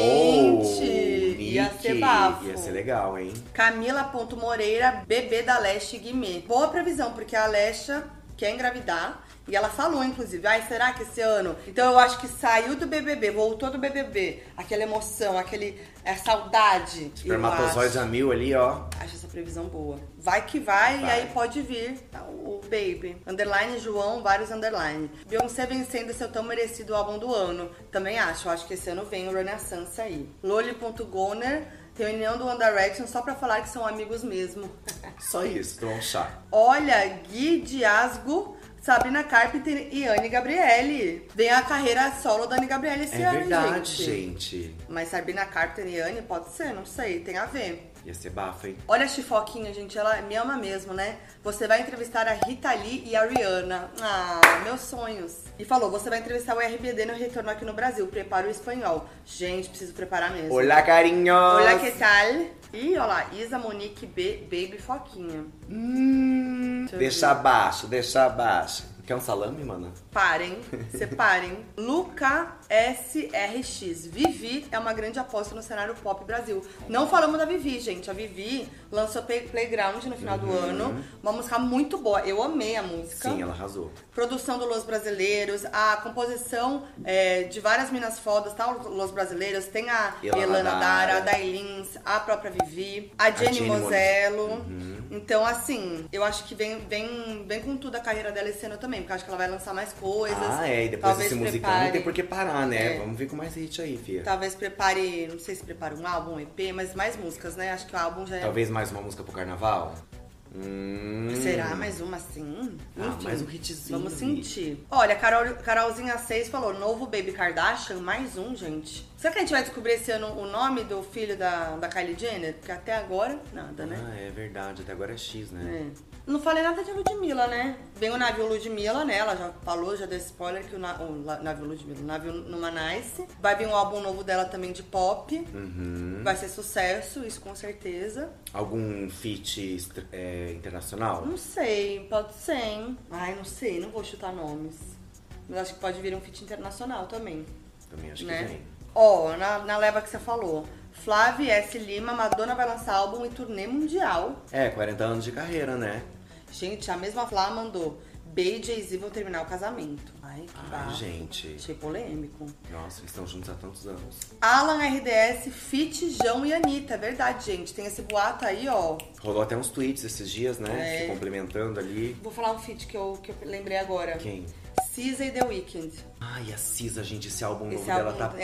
[SPEAKER 6] Oh,
[SPEAKER 2] ia
[SPEAKER 6] Nick.
[SPEAKER 2] ser bafo.
[SPEAKER 6] Ia ser legal, hein?
[SPEAKER 2] Camila.moreira, bebê da Leste Guimê. Boa previsão, porque a Alexa quer engravidar. E ela falou, inclusive, ai, será que esse ano? Então eu acho que saiu do BBB, voltou do BBB. Aquela emoção, aquele, a saudade.
[SPEAKER 6] Espermatozoide
[SPEAKER 2] Eu
[SPEAKER 6] a mil ali, ó.
[SPEAKER 2] acho, acho essa previsão boa. Vai que vai, e
[SPEAKER 6] Vai.
[SPEAKER 2] aí pode vir tá, o Baby. Underline João, vários underline. Beyoncé vencendo seu tão merecido álbum do ano. Também acho, acho que esse ano vem o Renaissance aí. Loli.goner, reunião do One Direction só pra falar que são amigos mesmo. *laughs*
[SPEAKER 6] Só isso, tomar um chá.
[SPEAKER 2] Olha, Gui Diasgo, Sabrina Carpenter e Anne Gabriele. Vem a carreira solo da Anne Gabriele esse
[SPEAKER 6] é
[SPEAKER 2] ano,
[SPEAKER 6] verdade,
[SPEAKER 2] gente.
[SPEAKER 6] gente.
[SPEAKER 2] Mas Sabrina Carpenter e Anne pode ser, não sei, tem a ver.
[SPEAKER 6] Ia ser bafo, hein?
[SPEAKER 2] Olha a Chifoquinha, gente, ela me ama mesmo, né? Você vai entrevistar a Rita Lee e a Rihanna. Ah, meus sonhos. E falou, você vai entrevistar o RBD no retorno aqui no Brasil, prepara o espanhol. Gente, preciso preparar mesmo.
[SPEAKER 6] Olá, carinho!
[SPEAKER 2] Olá, que tal? Ih, olha lá, Isa Monique B, Baby Foquinha. Deixa eu
[SPEAKER 6] Hum, Deixa abaixo, deixa abaixo. Quer um salame, mana?
[SPEAKER 2] Parem, separem. Luca SRX. Vivi é uma grande aposta no cenário pop Brasil. Não falamos da Vivi, gente. A Vivi lançou Play- Playground no final do ano. Uma música muito boa. Eu amei a música.
[SPEAKER 6] Sim, ela arrasou.
[SPEAKER 2] Produção do Los Brasileiros, a composição é, de várias minas fodas, tá? O Los Brasileiros, tem a
[SPEAKER 6] Elana
[SPEAKER 2] Elana Dara,
[SPEAKER 6] Dara.
[SPEAKER 2] a Dailins, a própria Vivi, a Jenny
[SPEAKER 6] Jenny Uhum.
[SPEAKER 2] Mosello. Então, assim, eu acho que vem, vem, vem com tudo a carreira dela esse ano também, porque eu acho que ela vai lançar mais coisas.
[SPEAKER 6] Ah, é, e depois
[SPEAKER 2] talvez
[SPEAKER 6] desse musical não tem
[SPEAKER 2] prepare-
[SPEAKER 6] por que parar, né?
[SPEAKER 2] É. Tá,
[SPEAKER 6] Vamos ver com mais hit aí, fia.
[SPEAKER 2] Talvez prepare, não sei se prepara um álbum, um EP, mas mais músicas, né? Acho que o álbum já é.
[SPEAKER 6] Talvez mais uma música pro carnaval? Hum.
[SPEAKER 2] Será mais uma assim?
[SPEAKER 6] Ah, mais um hitzinho,
[SPEAKER 2] Vamos
[SPEAKER 6] Vi.
[SPEAKER 2] sentir. Olha, Carol, Carolzinha 6 falou: novo Baby Kardashian, mais um, gente. Será que a gente vai descobrir esse ano o nome do filho da, da Kylie Jenner? Porque até agora, nada, né?
[SPEAKER 6] Ah, é verdade, até agora é X, né?
[SPEAKER 2] É. Não falei nada de Ludmilla, né? Vem o navio Ludmilla, né? Ela já falou, já deu spoiler que o, na- o la- navio Ludmilla, o navio Numa Nice. Vai vir um álbum novo dela também de pop.
[SPEAKER 6] Uhum.
[SPEAKER 2] Vai ser sucesso, isso com certeza.
[SPEAKER 6] Algum feat estra- é, internacional?
[SPEAKER 2] Não sei, pode ser, hein? Ai, não sei, não vou chutar nomes. Mas acho que pode vir um feat internacional também,
[SPEAKER 6] Também acho que
[SPEAKER 2] né?
[SPEAKER 6] vem.
[SPEAKER 2] Ó, na, na leva que você falou. Flávia S. Lima, Madonna vai lançar álbum e turnê mundial.
[SPEAKER 6] É, 40 anos de carreira, né?
[SPEAKER 2] Gente, a mesma Flá mandou. Bey e Jay-Z vão terminar o casamento. Ai, que
[SPEAKER 6] Ai,
[SPEAKER 2] bafo.
[SPEAKER 6] gente.
[SPEAKER 2] Achei polêmico.
[SPEAKER 6] Nossa, eles estão juntos há tantos anos.
[SPEAKER 2] Alan RDS, Fit, João e Anitta. É verdade, gente. Tem esse boato aí, ó.
[SPEAKER 6] Rolou até uns tweets esses dias, né?
[SPEAKER 2] É.
[SPEAKER 6] Se complementando ali.
[SPEAKER 2] Vou falar um feat que eu, que eu lembrei agora.
[SPEAKER 6] Quem?
[SPEAKER 2] Cisa e The Weeknd.
[SPEAKER 6] Ai, a Cisa, gente, esse álbum
[SPEAKER 2] Esse
[SPEAKER 6] novo dela
[SPEAKER 2] álbum
[SPEAKER 6] tá
[SPEAKER 2] dela.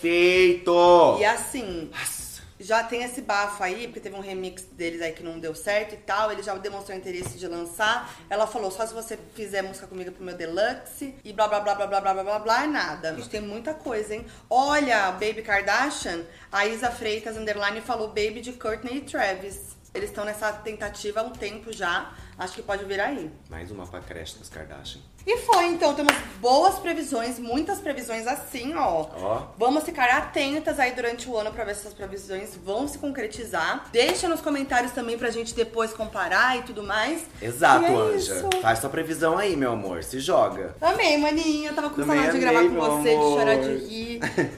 [SPEAKER 6] perfeito!
[SPEAKER 2] E assim,
[SPEAKER 6] Nossa,
[SPEAKER 2] já tem esse bafo aí, porque teve um remix deles aí que não deu certo e tal. Ele já demonstrou interesse de lançar. Ela falou: só se você fizer música comigo pro meu deluxe e blá blá blá blá blá blá blá blá blá, e nada. Gente, tem muita coisa, hein? Olha, Baby Kardashian, a Isa Freitas Underline falou Baby de Courtney e Travis. Eles estão nessa tentativa há um tempo já. Acho que pode vir aí.
[SPEAKER 6] mais uma pra creche das Kardashian.
[SPEAKER 2] E foi, então, temos boas previsões, muitas previsões assim, ó.
[SPEAKER 6] Ó.
[SPEAKER 2] Vamos ficar atentas aí durante o ano pra ver se essas previsões vão se concretizar. Deixa nos comentários também pra gente depois comparar e tudo mais.
[SPEAKER 6] Exato,
[SPEAKER 2] E é
[SPEAKER 6] Anja.
[SPEAKER 2] isso.
[SPEAKER 6] Faz sua previsão aí, meu amor. Se joga.
[SPEAKER 2] Amei, maninha. Tava com
[SPEAKER 6] Também
[SPEAKER 2] saudade de gravar
[SPEAKER 6] amei,
[SPEAKER 2] com
[SPEAKER 6] meu
[SPEAKER 2] você, de chorar, de
[SPEAKER 6] amor.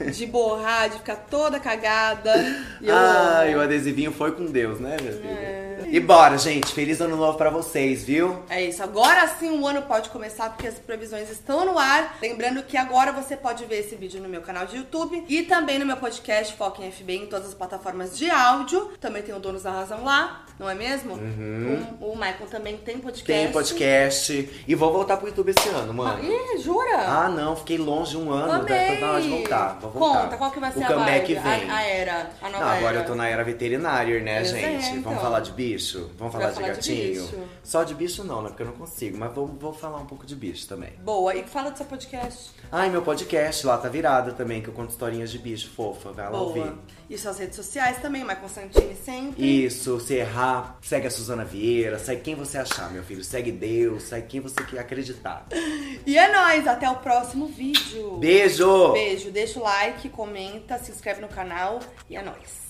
[SPEAKER 2] rir, de borrar, de ficar toda
[SPEAKER 6] *laughs*
[SPEAKER 2] cagada. E eu
[SPEAKER 6] Ai, o
[SPEAKER 2] amo.
[SPEAKER 6] adesivinho foi com Deus, né, minha filha? E bora, gente. Feliz ano novo pra vocês, viu?
[SPEAKER 2] É isso, agora sim o ano pode começar porque as previsões estão no ar. Lembrando que agora você pode ver esse vídeo no meu canal de YouTube e também no meu podcast Foca em FB em todas as plataformas de áudio. Também tem o Donos da Razão lá, não é mesmo? O, o Michael também tem podcast.
[SPEAKER 6] Uhum.
[SPEAKER 2] Ah,
[SPEAKER 6] Tem podcast. E vou voltar pro YouTube esse ano, mano.
[SPEAKER 2] Ih, jura?
[SPEAKER 6] Ah, não. Fiquei longe um ano. Tá
[SPEAKER 2] Amei!
[SPEAKER 6] tá na hora de voltar. Vou voltar.
[SPEAKER 2] Conta, qual que vai ser
[SPEAKER 6] o
[SPEAKER 2] a
[SPEAKER 6] comeback
[SPEAKER 2] vibe?
[SPEAKER 6] vem.
[SPEAKER 2] A, a era, a nova
[SPEAKER 6] Não, agora
[SPEAKER 2] era.
[SPEAKER 6] eu tô na era veterinária, né,
[SPEAKER 2] Pois é,
[SPEAKER 6] gente?
[SPEAKER 2] então.
[SPEAKER 6] Vamos falar de bicho? Vamos
[SPEAKER 2] Vai
[SPEAKER 6] falar de
[SPEAKER 2] falar de
[SPEAKER 6] gatinho?
[SPEAKER 2] bicho.
[SPEAKER 6] Só de bicho não, né? Porque eu não consigo. Mas vou, vou falar um pouco de bicho também.
[SPEAKER 2] Boa, e fala do seu podcast.
[SPEAKER 6] Ai, meu podcast lá tá virada também, que eu conto historinhas de bicho fofa. Vai lá ouvir.
[SPEAKER 2] Boa. E suas redes sociais também, Michael Santini sempre.
[SPEAKER 6] Isso, se errar, segue a Suzana Vieira, segue quem você achar, meu filho. Segue Deus, segue quem você quer acreditar.
[SPEAKER 2] E é nóis, até o próximo vídeo.
[SPEAKER 6] Beijo!
[SPEAKER 2] Beijo, deixa o like, comenta, se inscreve no canal e é nóis.